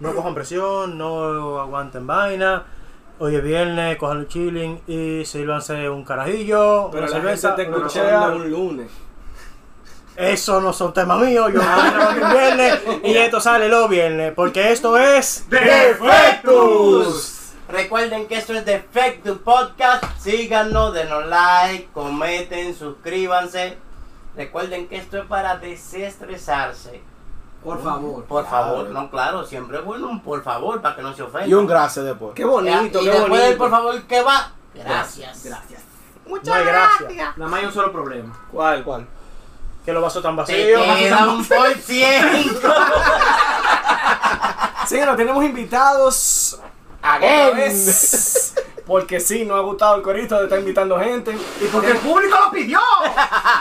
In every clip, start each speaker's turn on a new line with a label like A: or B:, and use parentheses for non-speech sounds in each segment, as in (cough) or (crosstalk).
A: No cojan presión, no aguanten vaina. Hoy es viernes, cojan un chilling y sírvanse un carajillo,
B: Pero
A: una
B: la gente
A: cerveza,
B: te
A: una
B: escucha
A: cochea.
B: un lunes.
A: Eso no son temas míos,
B: Ah.
A: yo grabo un viernes y esto sale los viernes, porque esto es...
B: ¡Defectus!
C: Recuerden que esto es Defectus Podcast. Síganos, denos like, comenten, suscríbanse. Recuerden que esto es para desestresarse.
B: Por favor.
C: Por
D: Claro.
C: favor, no, claro, siempre es bueno un por favor para que no se ofenda.
D: Y un gracias después.
B: Qué bonito,
C: y
B: qué
C: después del
B: bonito.
C: por favor, ¿qué va? Gracias.
B: Gracias.
A: Muchas gracias.
E: Nada más hay un solo problema.
B: ¿Cuál?
D: ¿Cuál?
A: Que los vasos tan
C: Te
A: vacíos.
C: queda un por ciento.
B: Sí, nos tenemos invitados. Otra vez. Porque sí, nos ha gustado el corito de estar invitando gente.
E: Y porque el público lo pidió.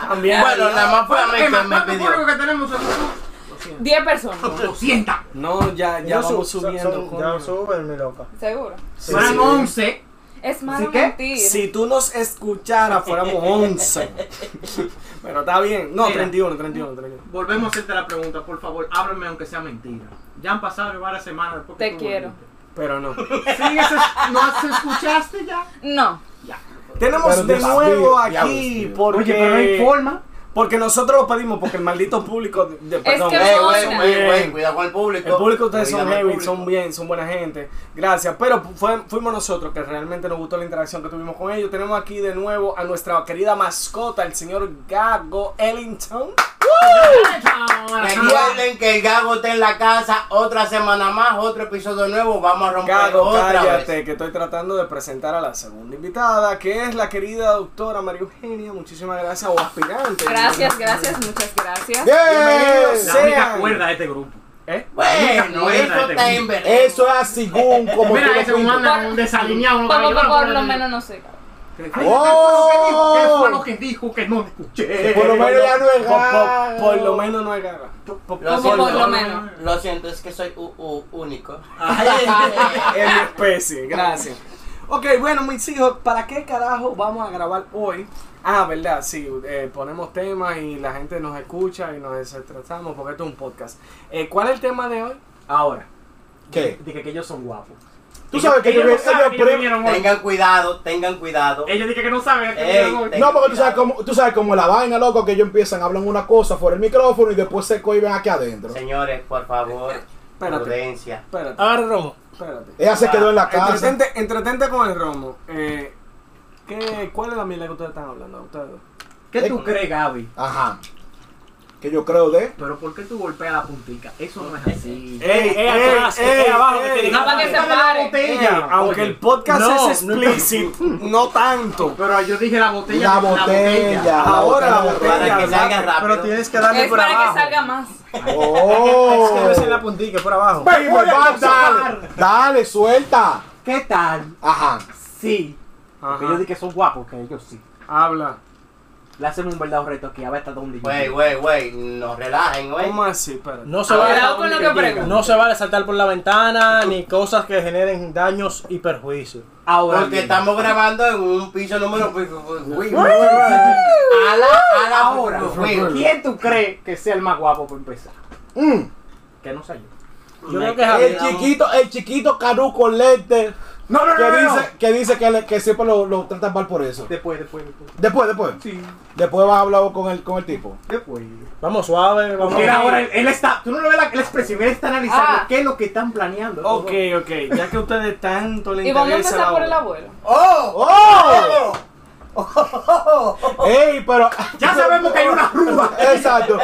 B: También.
C: (laughs) Bueno, nada más fue a mí
E: Es
C: que
E: más,
C: me
E: Oh, ¿cuánto público
C: pidió.
E: que tenemos en YouTube?
F: 10 personas.
E: Como 200.
B: No, ya, ya
A: Ya
B: vamos
A: su-
B: subiendo.
A: son-
B: coño.
A: ya suben, mi loca.
F: Seguro.
B: Sí,
E: Fueran
B: sí.
E: 11.
F: Es
B: ¿Sí
F: malo
B: qué?
F: mentir.
B: Si tú nos escucharas, fuéramos 11. Pero está bien. No,
E: Mira.
B: 31, 31, 31.
E: Volvemos a hacerte la pregunta, por favor, ábreme aunque sea mentira. Ya han pasado varias semanas después que
F: Te
E: tú
F: quiero.
E: volviste.
B: Pero no.
E: ¿Sigues es- ¿No has escuchaste ya?
F: No.
D: Pero
B: Tenemos de
D: Dios
B: nuevo
D: mío,
B: aquí
D: Dios mío.
B: porque...
E: forma.
B: Porque nosotros lo pedimos, porque el maldito público. De, perdón,
F: que
B: eh,
C: Eh,
F: no,
B: güey,
C: güey,
F: no.
B: son
C: güey,
B: bien.
C: güey, cuidado con el público.
B: El público ustedes son
C: Cuidado con el
B: heavy, son
C: público.
B: bien, son buena gente. Gracias. Pero fue- fuimos nosotros que realmente nos gustó la interacción que tuvimos con ellos. Tenemos aquí de nuevo a nuestra querida mascota, el señor Gago Ellington.
C: Recuerden que el Gago está en la casa, otra semana más, otro episodio nuevo, vamos a romper
B: Gago,
C: otra
B: cállate,
C: vez.
B: que estoy tratando de presentar a la segunda invitada, que es la querida doctora María Eugenia. Muchísimas gracias, o aspirante.
F: Gracias, gracias, muchas gracias.
B: Bienvenidos.
D: ¡Bien!
E: La única
B: Sean.
E: cuerda de este grupo.
B: ¿Eh?
C: Bueno,
E: Mira,
C: eso está en verdad.
D: Eso es según como tú
E: Eh, Mira,
D: lo
E: ese un
D: pintas.
E: anda un desalineado. uno
F: Por,
E: caballo,
F: por-
E: uno
F: por
E: caballo.
F: lo menos no sé.
E: ¿Qué
D: ¡Oh!
E: fue lo que dijo que no escuché?
D: Por lo menos ya no es
B: Por, por-
D: Gago.
B: por lo menos no es Gago. Por- por-
C: Lo
F: Por,
C: siento,
F: lo menos.
C: lo siento, es que soy u- u- único.
E: (laughs)
B: (laughs) en mi especie, gracias. Ok, bueno, mis hijos, ¿para qué carajo vamos a grabar hoy? Ah, verdad, sí, eh, ponemos temas y la gente nos escucha y nos desestresamos porque esto es un podcast. Eh, ¿Cuál es el tema de hoy? Ahora,
D: ¿Qué?
E: Dije que ellos son guapos.
D: Tú sabes que yo vi-
E: ellos, no saben que
D: ellos
E: ellos
D: prim-
E: vinieron hoy.
C: tengan cuidado, tengan cuidado.
E: Ellos dije que no saben que
C: Ey,
E: vinieron hoy.
C: te-
D: No, porque tú sabes, cómo, tú sabes cómo la vaina, loco, que ellos empiezan, hablan una cosa fuera del micrófono y después se cohiben aquí adentro.
C: Señores, por favor,
B: espérate,
C: prudencia.
B: espérate,
A: Agarra Romo.
B: espérate.
D: Ella se quedó en la casa.
B: Entretente, entretente con el romo. Eh, ¿qué, ¿Cuál es la mierda que ustedes están hablando? Ustedes dos?
E: ¿Qué tú crees, Gaby?
D: Ajá. Que yo creo de...
E: Pero ¿por qué tú golpeas la puntica? Eso no es así.
B: Ey,
A: ey, atrás,
B: ey,
A: ey, abajo, que
B: ey,
A: tiene
B: ey,
A: que
F: Para que se
E: Dame
F: pare.
B: Ella, Eh, aunque
E: Oye,
B: el podcast
A: No,
B: es explícito, no tanto.
E: Pero yo dije la botella.
D: La botella.
B: Ahora la
C: Para que
B: botella.
C: salga rápido.
A: Pero tienes que darle
F: Es
A: por
F: para
A: abajo.
F: que salga más.
A: Es que
D: ¡Oh!
A: ves en la puntica, por abajo.
D: Baby,
E: Voy a
D: va, dale,
E: gozar.
D: dale, suelta.
E: ¿Qué tal?
D: Ajá.
E: Sí.
B: Ajá.
E: Porque yo dije que son guapos, que ellos sí.
B: Habla.
E: Le hacen un verdadero reto aquí, a ver hasta dónde
C: Wey,
E: llegan.
C: wey, wey, no relajen, wey.
B: ¿Cómo así? Espérate.
A: No se, vale,
F: Cuidado con lo que pregunto.
A: no se vale saltar por la ventana ni cosas que generen daños y perjuicios.
E: Ahora
C: Porque
E: bien.
C: estamos grabando en un piso número... uy, uy, uy, uy, uy. A la, a la
E: Ahora,
C: uy, uy.
E: ¿quién tú crees que sea el más guapo por empezar?
D: Mm.
E: Que no sea yo.
A: Yo creo que es
D: El
A: Javier.
D: chiquito, el chiquito caruco lente
E: No, no,
D: que dice que, dice que, le- que siempre lo, lo tratan mal por eso.
E: Después, después, después.
D: Después, después.
E: Sí,
D: Después vas a hablar con el, con el tipo.
E: después.
A: Vamos suave, vamos.
E: Porque ahora él, él está, tú no le ves la, la expresión, él está analizando
F: Ah.
E: qué es lo que están planeando.
B: Ok, ok. Ya que a ustedes tanto les
F: (laughs) Y vamos a
B: interesa
F: empezar
B: la
F: por el
B: hora.
F: abuelo.
D: ¡Oh! ¡Ey,
A: (laughs)
D: pero!
E: Ya sabemos que hay una ruda.
D: Exacto.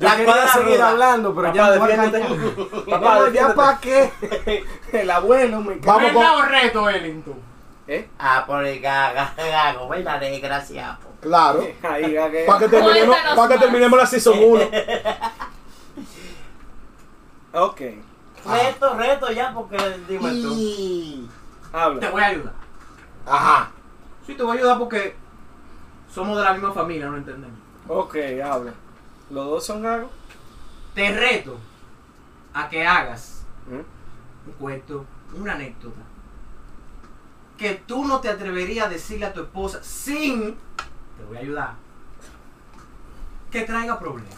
B: Yo
C: La
B: quería
C: cuadra
B: seguir
C: ruda.
B: hablando, pero
A: Papá,
B: ya me voy a
A: defiéndete.
B: (laughs) callar.
A: Papá,
B: No,
A: defiéndete.
B: ¿Ya para qué? El abuelo me cae.
D: Vamos con.
E: reto, Ellington?
C: Ah, por el gaga- gago, ¿verdad? Desgraciado.
D: Claro.
B: (laughs) Ahí, ya que-
D: Para que terminemos,
F: Cuéntanos
D: para que
F: más.
D: terminemos la season 1.
B: Ok.
C: Reto, reto ya, porque dime tú.
E: Te
B: Habla.
E: voy a ayudar.
D: Ajá.
E: Sí, te voy a ayudar porque somos de la misma familia, no entendemos.
B: Ok, habla. ¿Los dos son gagos?
E: Te reto a que hagas
B: ¿Mm?
E: un cuento, una anécdota, que tú no te atreverías a decirle a tu esposa sin, te voy a ayudar, que traiga problemas.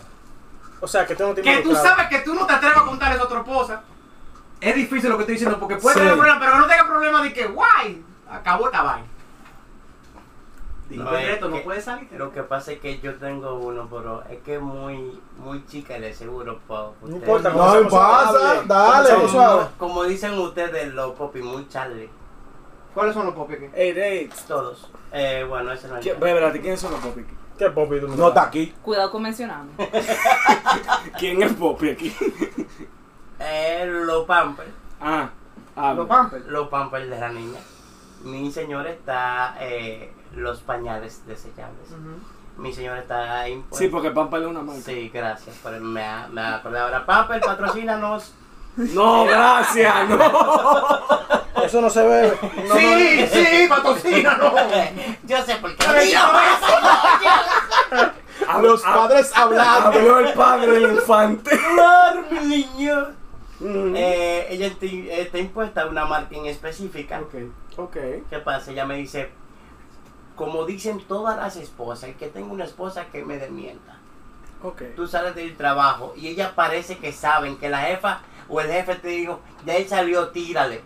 A: O sea, que tengo tiempo
E: Que tú sabes que tú no te atreves a contarle eso a tu esposa
G: Es difícil lo que estoy diciendo porque puede
D: Sí.
G: tener problemas, pero no tenga problemas de que, guay, acabó esta vaina. Digo, eh,
C: No, es
G: directo, no
C: que-
G: puede salir.
C: Lo que pasa es que yo tengo uno, pero es que es muy, muy chica de seguro. pa,
A: No
C: ustedes.
A: importa,
D: No me pasa, dale.
C: Como-
D: suave.
C: Como dicen ustedes, los popi, muy charlie.
G: ¿Cuáles son los popis aquí?
B: Ey, ey.
C: Todos. Eh, bueno, ese no es.
B: ¿Qué-
C: el-
B: ve, espérate, ¿quiénes son los Poppy? aquí?
A: ¿Qué popi tú me
D: No está
A: das?
D: aquí.
F: Cuidado con mencionarme.
B: ¿Quién es Poppy aquí?
C: Eh, los pampers.
B: (laughs) Ah, ah,
G: Los pampers.
C: Los pampers de la niña. Mi señor está eh, los pañales desechables. Mi señor está impuesto.
B: Sí, porque Pampa es una marca.
C: pues. Sí, gracias. Por el- me, ha- me acordé ahora. Pamper, patrocínanos.
B: No, gracias, no.
A: Eso no se bebe.
G: sí, sí, patrocina, no.
C: Yo sé por qué.
D: (laughs)
C: pues,
A: Ah,
D: Los padres hablando.
B: Habló el padre del infante.
C: Hablar, mi niño.
B: Mm.
C: Eh, ella está está impuesta a una marca en específica.
B: Ok, ok.
C: ¿Qué pasa? Ella me dice, como dicen todas las esposas, que tengo una esposa que me demienta.
B: Ok.
C: Tú sales del trabajo y ella parece que saben que la jefa o el jefe te dijo, ya él salió, tírale.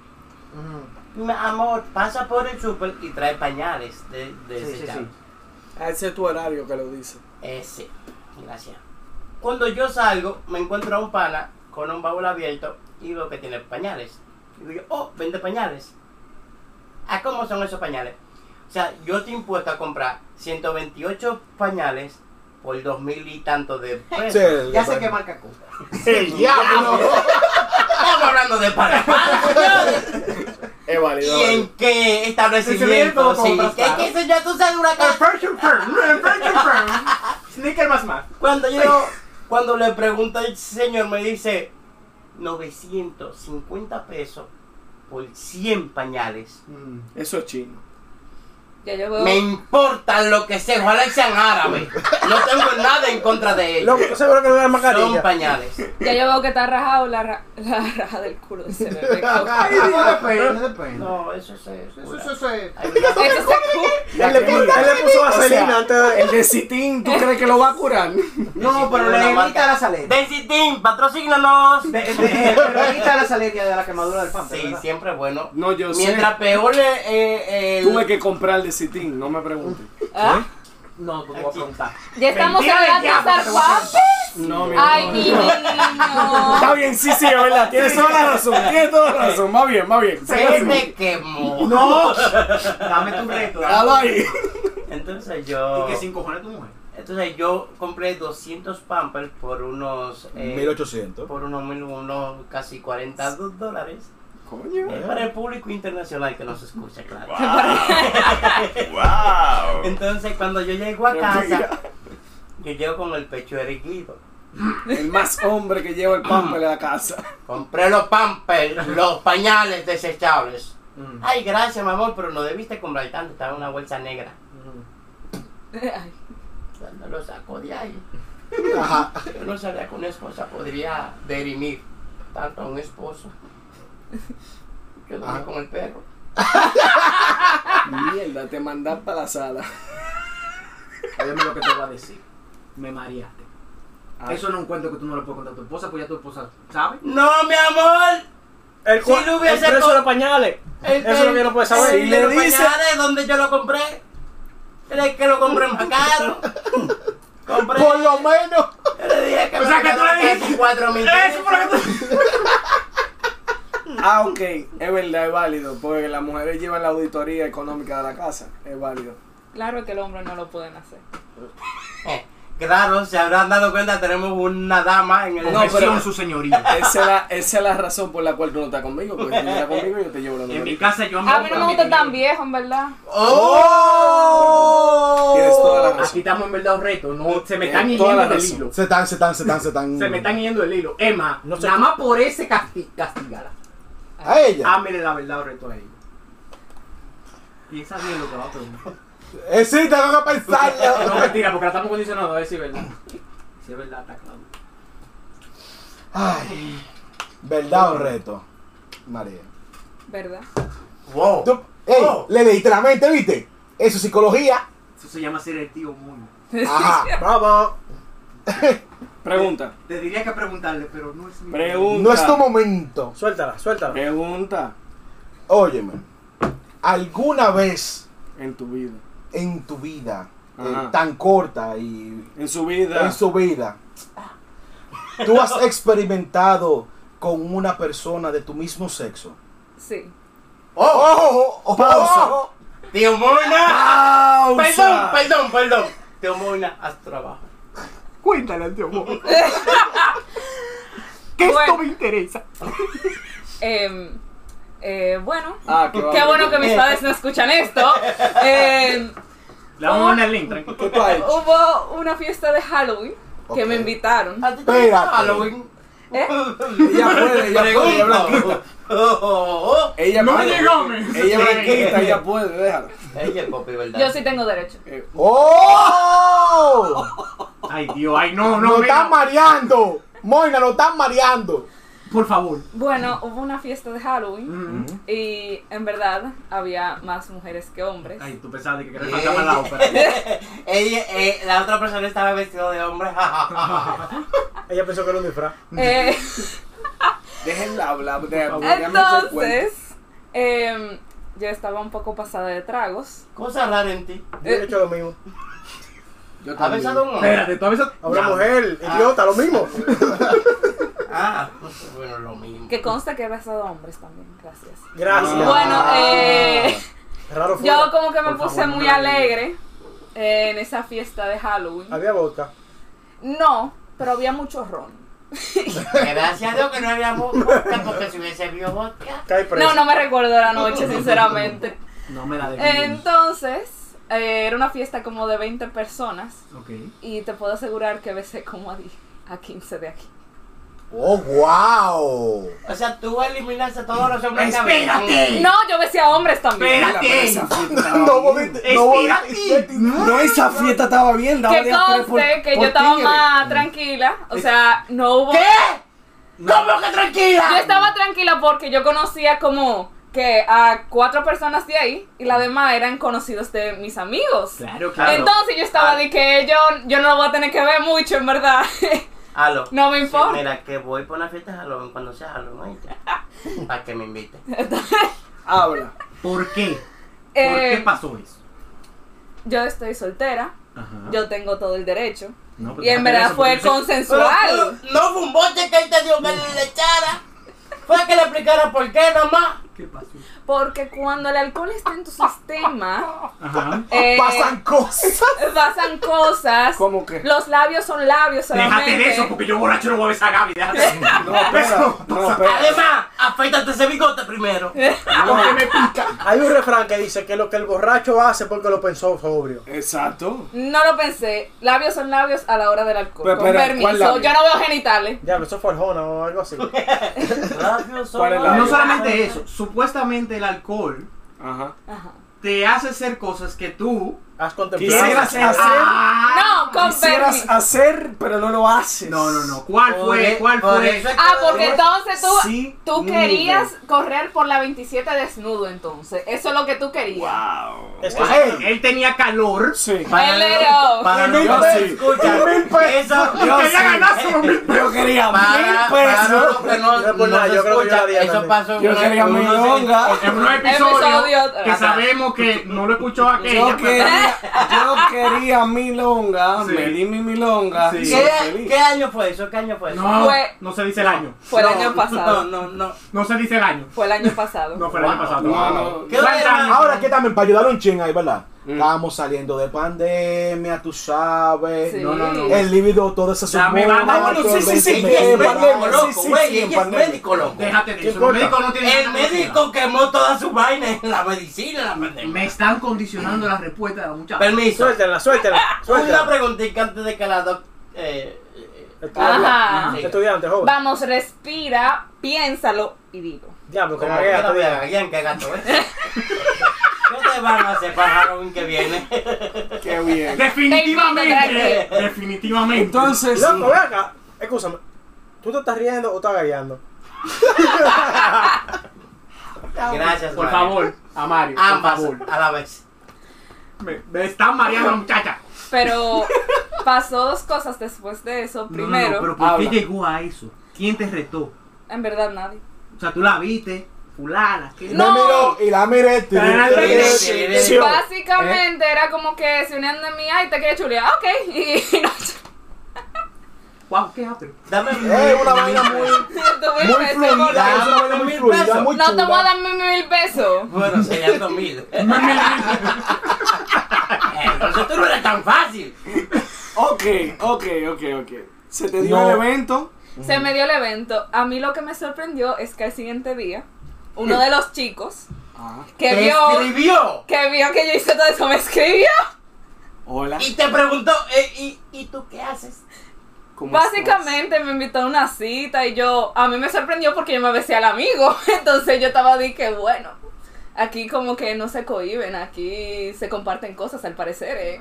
C: Mi amor, pasa por el súper y trae pañales de, de
G: Sí, sí,
C: desechar.
G: sí.
B: Ah, Ese es tu horario que lo dice.
C: Ese, gracias. Cuando yo salgo, me encuentro a un pana con un baúl abierto y veo que tiene pañales. Y digo, oh, vende pañales. ¿A cómo son esos pañales? O sea, yo estoy impuesto a comprar 128 pañales por 2000 y
B: (laughs)
C: tanto de
A: Ah,
C: pesos.
D: Sí,
G: Ya sé qué marca compra.
D: El diablo.
C: Estamos hablando
B: (laughs)
C: de Panamá, señores.
B: Es
C: ¿Y
B: válido.
C: en qué establecimiento?
G: Establecimiento,
C: Sí,
G: compras,
C: ¿qué, qué señor? Tú sabes una
G: El
C: cosa.
G: Persian Firm, el Persian Firm. Sneaker más más.
C: Cuando yo, cuando le pregunto al señor, me dice 950 pesos por 100 pañales.
B: Mm, Eso es chino.
F: Ya yo veo.
C: Me importa lo que sea, ojalá y sean árabes. No tengo nada en contra de ellos.
A: Loco, ¿tú seguro que no
D: (laughs)
A: es
C: Son
A: mascarilla?
C: pañales.
F: Ya yo veo que está rajado la, ra- (laughs) la raja del culo de ese bebé.
G: No depende, no depende.
C: No, eso se.
G: Eso, eso, eso es.
C: Hay una-
F: Eso se cu-
A: Él le, pu- él le puso vaselina
B: O sea,
A: antes de...
B: El de Citín, ¿tú crees que lo va a curar?
G: No, pero
C: Una
G: le evita
C: marca.
G: la salera.
C: Densitín, patrocínanos.
G: De- de- Pero evita la salera de la quemadura del pamper.
C: Sí,
G: ¿verdad?
C: siempre es bueno.
B: No, yo
C: Mientras peor eh, eh,
B: sé.
C: el-
B: Tuve que comprar el de Citín, no me preguntes.
F: ¿Ah?
G: No, porque voy a preguntar.
F: Ya estamos
G: Mentira del
F: hablando de
G: diablo,
F: usar
G: te voy a
F: guantes.
B: No, mi
F: Ay,
B: amor.
F: mi
B: (laughs)
F: niño.
B: Está bien, sí, sí, es verdad. Tienes toda la razón, tienes toda la razón. Más bien, más bien.
C: Se te quemó.
G: No,
C: (laughs)
G: dame tu reto. dame tu
B: Déjalo ahí.
C: Entonces yo.
G: Y que sin cojones tu mujer.
C: Entonces yo compré 200 pampers por unos... eh,
D: 1800.
C: Por unos, mil- unos casi 40 do- dólares.
B: Coño.
C: Eh, para el público internacional que nos escucha, claro. (laughs)
E: Wow.
C: Entonces cuando yo llego a casa, yo llego con el pecho erguido.
B: El más hombre que lleva el pampa de la casa.
C: Compré los pampers, los pañales desechables. Ay, gracias, mi amor, pero no debiste comprar tanto, estaba en una bolsa negra.
F: Ay,
C: Cuando lo saco de ahí,
D: Ajá.
C: yo no sabía que una esposa podría derimir tanto a un esposo. Yo dormí
D: Ah.
C: con el perro.
B: Mierda, te mandas para la sala.
G: Óyeme lo que te voy a decir. Me mareaste.
B: Ah.
G: Eso no es un cuento que tú no le puedes contar a tu esposa, pues ya tu esposa sabe.
C: No, mi amor.
A: El
C: Si
A: cua-
C: lo hubiese
A: el precio
C: co-
A: de los pañales.
C: El-
A: Eso es lo que yo no puedo saber.
C: el-
A: Si
C: el
A: le
C: de los
A: dice-
C: pañales, ¿dónde yo lo compré? ¿Crees que lo compré más caro? compré.
D: Por lo menos.
C: Yo le dije que
G: O sea, que tú le dijiste-
C: cuatro mil
B: Ah, ok, es verdad, es válido, porque las mujeres llevan la auditoría económica de la casa, es válido.
F: claro que el hombre no lo pueden hacer.
C: Claro, se habrán dado cuenta, tenemos una dama en el.
B: No, pero-
G: Confesión, su señoría.
B: Esa es, la, esa es la razón por la cual tú no estás conmigo, porque si no estás conmigo yo te llevo la
G: En mi
B: auditoría.
G: casa yo amo
F: A mí Ah, no me
G: mi
F: gusta
G: dinero.
F: tan viejo, en verdad.
C: ¡Oh!
B: Tienes toda la razón.
G: Aquí estamos en verdad retos, no, se me están
B: Tienes toda
G: yendo
B: la
G: del
B: razón.
G: hilo.
D: Se están, se están, se están, se están.
G: Se me están yendo del hilo. Emma,
A: No sé-
G: nada más por ese casti castigala.
D: A ella.
G: Ámele la verdad o reto a ella. Piensa bien lo que va a preguntar.
D: Eh, sí, tengo
G: (laughs)
D: que
G: No,
D: pensarlo.
G: mentira, porque la estamos condicionando a ver si es verdad. Si es verdad, está claro.
D: Ay. ¿Verdad o reto? María.
F: ¿Verdad?
C: ¡Wow!
D: Tú- ey,
C: Oh.
D: le leíste la mente, ¿viste? Eso es
G: (laughs)
D: psicología.
G: Eso se llama ser el tío mono.
D: Ajá.
A: Bravo.
B: Pregunta.
G: Te diría que preguntarle, pero no es mi.
B: Pregunta.
D: No es tu momento.
A: Suéltala, suéltala.
B: Eh. Pregunta
D: Óyeme, ¿alguna vez
B: en tu vida.
D: en tu vida eh,
B: Ajá.
D: tan corta y
B: En su vida.
D: en su vida, tú has experimentado con una persona de tu mismo sexo?
F: Sí.
D: ¡Oh! ¡Pausa!
C: Tío Mona. Perdón,
B: ¡Pausa!
C: perdón, perdón. Tío Mona, haz tu trabajo.
B: Cuéntale, tío. Mo.
F: Que esto me
B: interesa.
F: (laughs) Em, eh, bueno.
B: Ah, qué,
F: Qué bueno que mis padres no escuchan esto. Em,
E: Le vamos a poner el link, tranquilo.
B: ¿Qué tú has hecho?
F: hubo una fiesta de Halloween que
D: Ok.
F: me invitaron.
C: ¿A ti te
D: Espérate.
C: gusta Halloween. (laughs)
F: ¿Eh?
B: Ella puede, ella puede, ella
C: Pregunto.
B: blanquita.
C: Oh, oh, oh.
B: Ella
E: No
B: puede.
E: llegamos.
B: Ella blanquita, ella puede, déjala.
C: (laughs) Ella es popi, ¿verdad?
F: Yo sí tengo derecho.
B: Eh,
D: ¡Oh!
E: Ay, Dios, ay, no, no.
D: ¡Lo
E: mira.
D: están mareando! Moina, lo están mareando.
E: Por favor.
F: Bueno, hubo una fiesta de Halloween y en verdad había más mujeres que hombres.
E: Ay, tú pensabas de que querías
C: Eh,
E: faltar más la ópera.
C: Ella, eh, la otra persona estaba vestida de hombre. (laughs)
A: Ella pensó que era un disfraz.
F: (laughs) Eh,
B: Déjenla hablar, déjala, déjame hacer cuenta.
F: entonces, em, yo estaba un poco pasada de tragos.
C: Cosa rara en ti.
A: Yo he hecho lo mismo.
B: Yo
C: ¿Ha
B: también.
C: besado a un hombre?
E: Espérate, tú avisas.
A: A una mujer, idiota, lo mismo.
C: Ah, bueno, lo mismo.
F: Que consta que he besado a hombres también, gracias.
A: Gracias.
F: Bueno, eh,
A: Raro fue.
F: yo como que me
E: Por
F: puse
E: favor, no
F: muy
E: la
F: alegre eh, en esa fiesta de Halloween.
A: Había boca.
F: No, pero había mucho ron.
C: Gracias a Dios que no había vodka, porque si hubiese habido vodka.
A: Cae preso.
F: No, no me recuerdo la noche, sinceramente.
E: No me la
F: em,
E: debes.
F: Entonces, eh, era una fiesta como de 20 personas
E: Ok.
F: y te puedo asegurar que besé como a, di- a 15 de aquí.
D: ¡Oh, wow!
C: O sea, tú eliminaste a todos los hombres que
E: Espérate.
C: habían.
F: No, yo besé a hombres también.
B: Déjala, pero esa fiesta estaba
D: No,
B: bien.
D: moviste- no,
E: Espérate.
D: moviste-
B: No, esa fiesta estaba bien. daba
F: Que
B: de a tres por-
F: conste que yo
B: por
F: estaba
B: tigre.
F: más tranquila, o sea, no hubo...
C: ¿Cómo que tranquila?
F: Yo estaba tranquila porque yo conocía como que a cuatro personas de ahí y las demás eran conocidos de mis amigos.
E: Claro, claro.
F: Entonces yo estaba de que yo, yo no lo voy a tener que ver mucho, en verdad. (laughs)
C: Aló.
F: No me
C: Sí,
F: importa.
C: mira, que voy para una fiesta de Halloween cuando sea Halloween. (laughs) Para que me invite.
B: Habla.
E: ¿Por qué? ¿Por
F: Eh,
E: qué pasó eso?
F: yo estoy soltera,
E: Ajá.
F: yo tengo todo el derecho.
E: No, pues
F: Y en
E: déjate
F: verdad
E: eso,
F: fue
E: porque dice-
F: consensual.
C: no fue un boche que él te dio que le echara. Fue que le explicara por qué nomás.
E: ¿Qué pasó?
F: Porque cuando el alcohol está en tu sistema,
E: Ajá.
F: eh,
D: Pasan cosas.
F: pasan cosas.
B: ¿Cómo que?
F: Los labios son labios (laughs) solamente.
E: Déjate de eso, porque yo borracho no voy a besar a Gaby. Déjate
F: (laughs)
E: de eso.
B: No, espera. No, espera.
C: Además, afeítate ese bigote primero.
B: Porque me pica.
A: Hay un refrán que dice que lo que el borracho hace porque lo pensó sobrio.
B: Exacto.
F: No lo pensé. Labios son labios a la hora del alcohol.
B: Pero,
F: Con
B: pero, ¿cuál
F: permiso,
B: labio?
F: yo no veo genitales.
A: Ya, eso fue Arjona o algo así.
C: Labios son
B: ¿Cuál es la-
C: labios.
E: No solamente eso, supuestamente el alcohol
B: Ajá.
F: Ajá.
E: te hace hacer cosas que tú Ah,
A: Has
B: Quisieras
A: contemplado.
B: hacer,
F: No, con
B: quisieras
F: permiso.
B: hacer, pero no lo haces.
E: No, no, no. ¿Cuál
C: Por
E: fue?
C: e-
E: ¿Cuál
C: por
E: fue?
C: eso es que
F: Ah,
C: lo
F: porque
C: digo.
F: entonces tú,
B: Sí,
F: tú
B: no,
F: querías correr por la 27 desnudo, entonces. Eso es lo que tú querías.
B: Wow.
A: Es que
D: Ey,
E: Él tenía calor.
B: Sí.
F: Hello.
C: para
D: Mil
C: no se
D: pesos.
C: escucha.
D: Mil pesos.
C: Eso,
B: Yo
E: Quería
B: sí.
E: ganar solo mil
B: Yo quería
C: para,
B: mil
C: para
B: pesos.
C: lo que no,
A: Yo por
C: no
A: nada,
C: se
A: yo creo que yo
C: escucha.
A: haría
C: Eso
A: también.
C: pasó
B: Yo quería
C: uno-
B: milonga.
E: En un episodio
F: Episodio.
E: que sabemos que no lo escuchó aquella.
B: Yo quería, yo quería milonga,
E: Sí.
B: me di mi milonga.
E: Sí.
B: y soy
C: ¿Qué,
B: feliz.
C: ¿Qué año fue eso? ¿Qué año fue eso?
E: No,
F: Fue-
E: no se dice el año.
F: Fue el
C: No,
F: año pasado.
C: No, no, no.
E: No se dice el año.
F: Fue el año pasado.
E: No fue el año pasado.
B: No, no.
C: ¿Qué hora era?
D: Ahora que también, para ayudar un ching ahí, ¿verdad?
B: Mm.
D: Estábamos saliendo de pandemia, tú sabes.
F: Sí.
E: no, no, no.
D: El líbido, todo ese
E: Dame banda.
B: Ah, bueno, sí, sí, sí,
D: el
B: sí,
C: Ella es
D: tema.
C: médico
B: sí,
C: loco,
B: sí, sí,
C: güey.
B: en
C: Ella es
B: pandemia.
C: médico loco.
E: Déjate de
A: ¿Qué
E: eso. Los
A: importa?
E: médicos no tienen
C: El
E: ninguna
C: médico quemó toda su vaina en la medicina, en la
E: medicina.
C: pandemia.
E: Me están condicionando la respuesta de la muchacha.
C: Permiso.
A: Suéltala, suéltala,
C: (laughs) Una
A: suéltala.
C: preguntita antes de que la doc. Eh, eh,
A: Estudiante,
F: Ajá.
C: Sí.
A: estudiante, joven.
F: Vamos, respira, piénsalo y dilo.
A: Diablo, como
C: como
A: que
C: que la
A: estudiante.
C: vean, alguien que gato es.
A: (laughs)
C: ¿Qué te van a hacer para Halloween que viene?
B: Qué
E: (laughs)
B: bien.
E: Definitivamente. Definitivamente.
B: Entonces,
A: Loco, ven acá. Escúchame. ¿Tú te estás riendo o estás gallando?
C: Gracias,
E: por
C: Mario.
E: favor, a Mario. Por
C: Ambas
E: favor.
C: a la vez.
F: (laughs)
E: Me, me están mareando la muchacha.
F: Pero pasó dos cosas después de eso.
G: No, no, no,
F: Primero,
G: pero ¿por qué
B: habla.
G: llegó a eso? ¿Quién te retó?
F: en verdad nadie.
G: O sea, tú la viste, fulana. ¿qué?
F: No.
D: Me miró y la miré. tiri, tiri, tiri.
F: oh,
C: Sí,
F: Básicamente era como que se unían de mí, ay, te quería chulear, ok. (laughs) Y, y no,
G: Guau, ¿qué haces?
C: Dame
D: Es una vaina muy,
F: tuvimos
D: muy
F: ese
D: fluida,
F: golpe.
D: es una vaina muy fluida, muy
F: No te voy a
D: chula.
F: dar mi mil pesos.
C: Bueno, serían dos mil. (laughs) Eh, Entonces tú no eres tan fácil.
B: Ok, ok, ok, ok. Se te dio
D: No.
B: el evento.
F: Se me dio el evento. A mí lo que me sorprendió es que al siguiente día, uno de los chicos
B: Ah,
F: que
C: Te
F: vio,
C: escribió
F: que vio que yo hice todo eso me escribió.
B: Hola.
C: y te preguntó, eh, y, ¿y tú qué haces?
B: ¿cómo estás?
F: Básicamente me invitó a una cita y yo, a mí me sorprendió porque yo me besé al amigo. (laughs) Entonces yo estaba de que bueno, aquí como que no se cohiben, aquí se comparten cosas al parecer, ¿eh?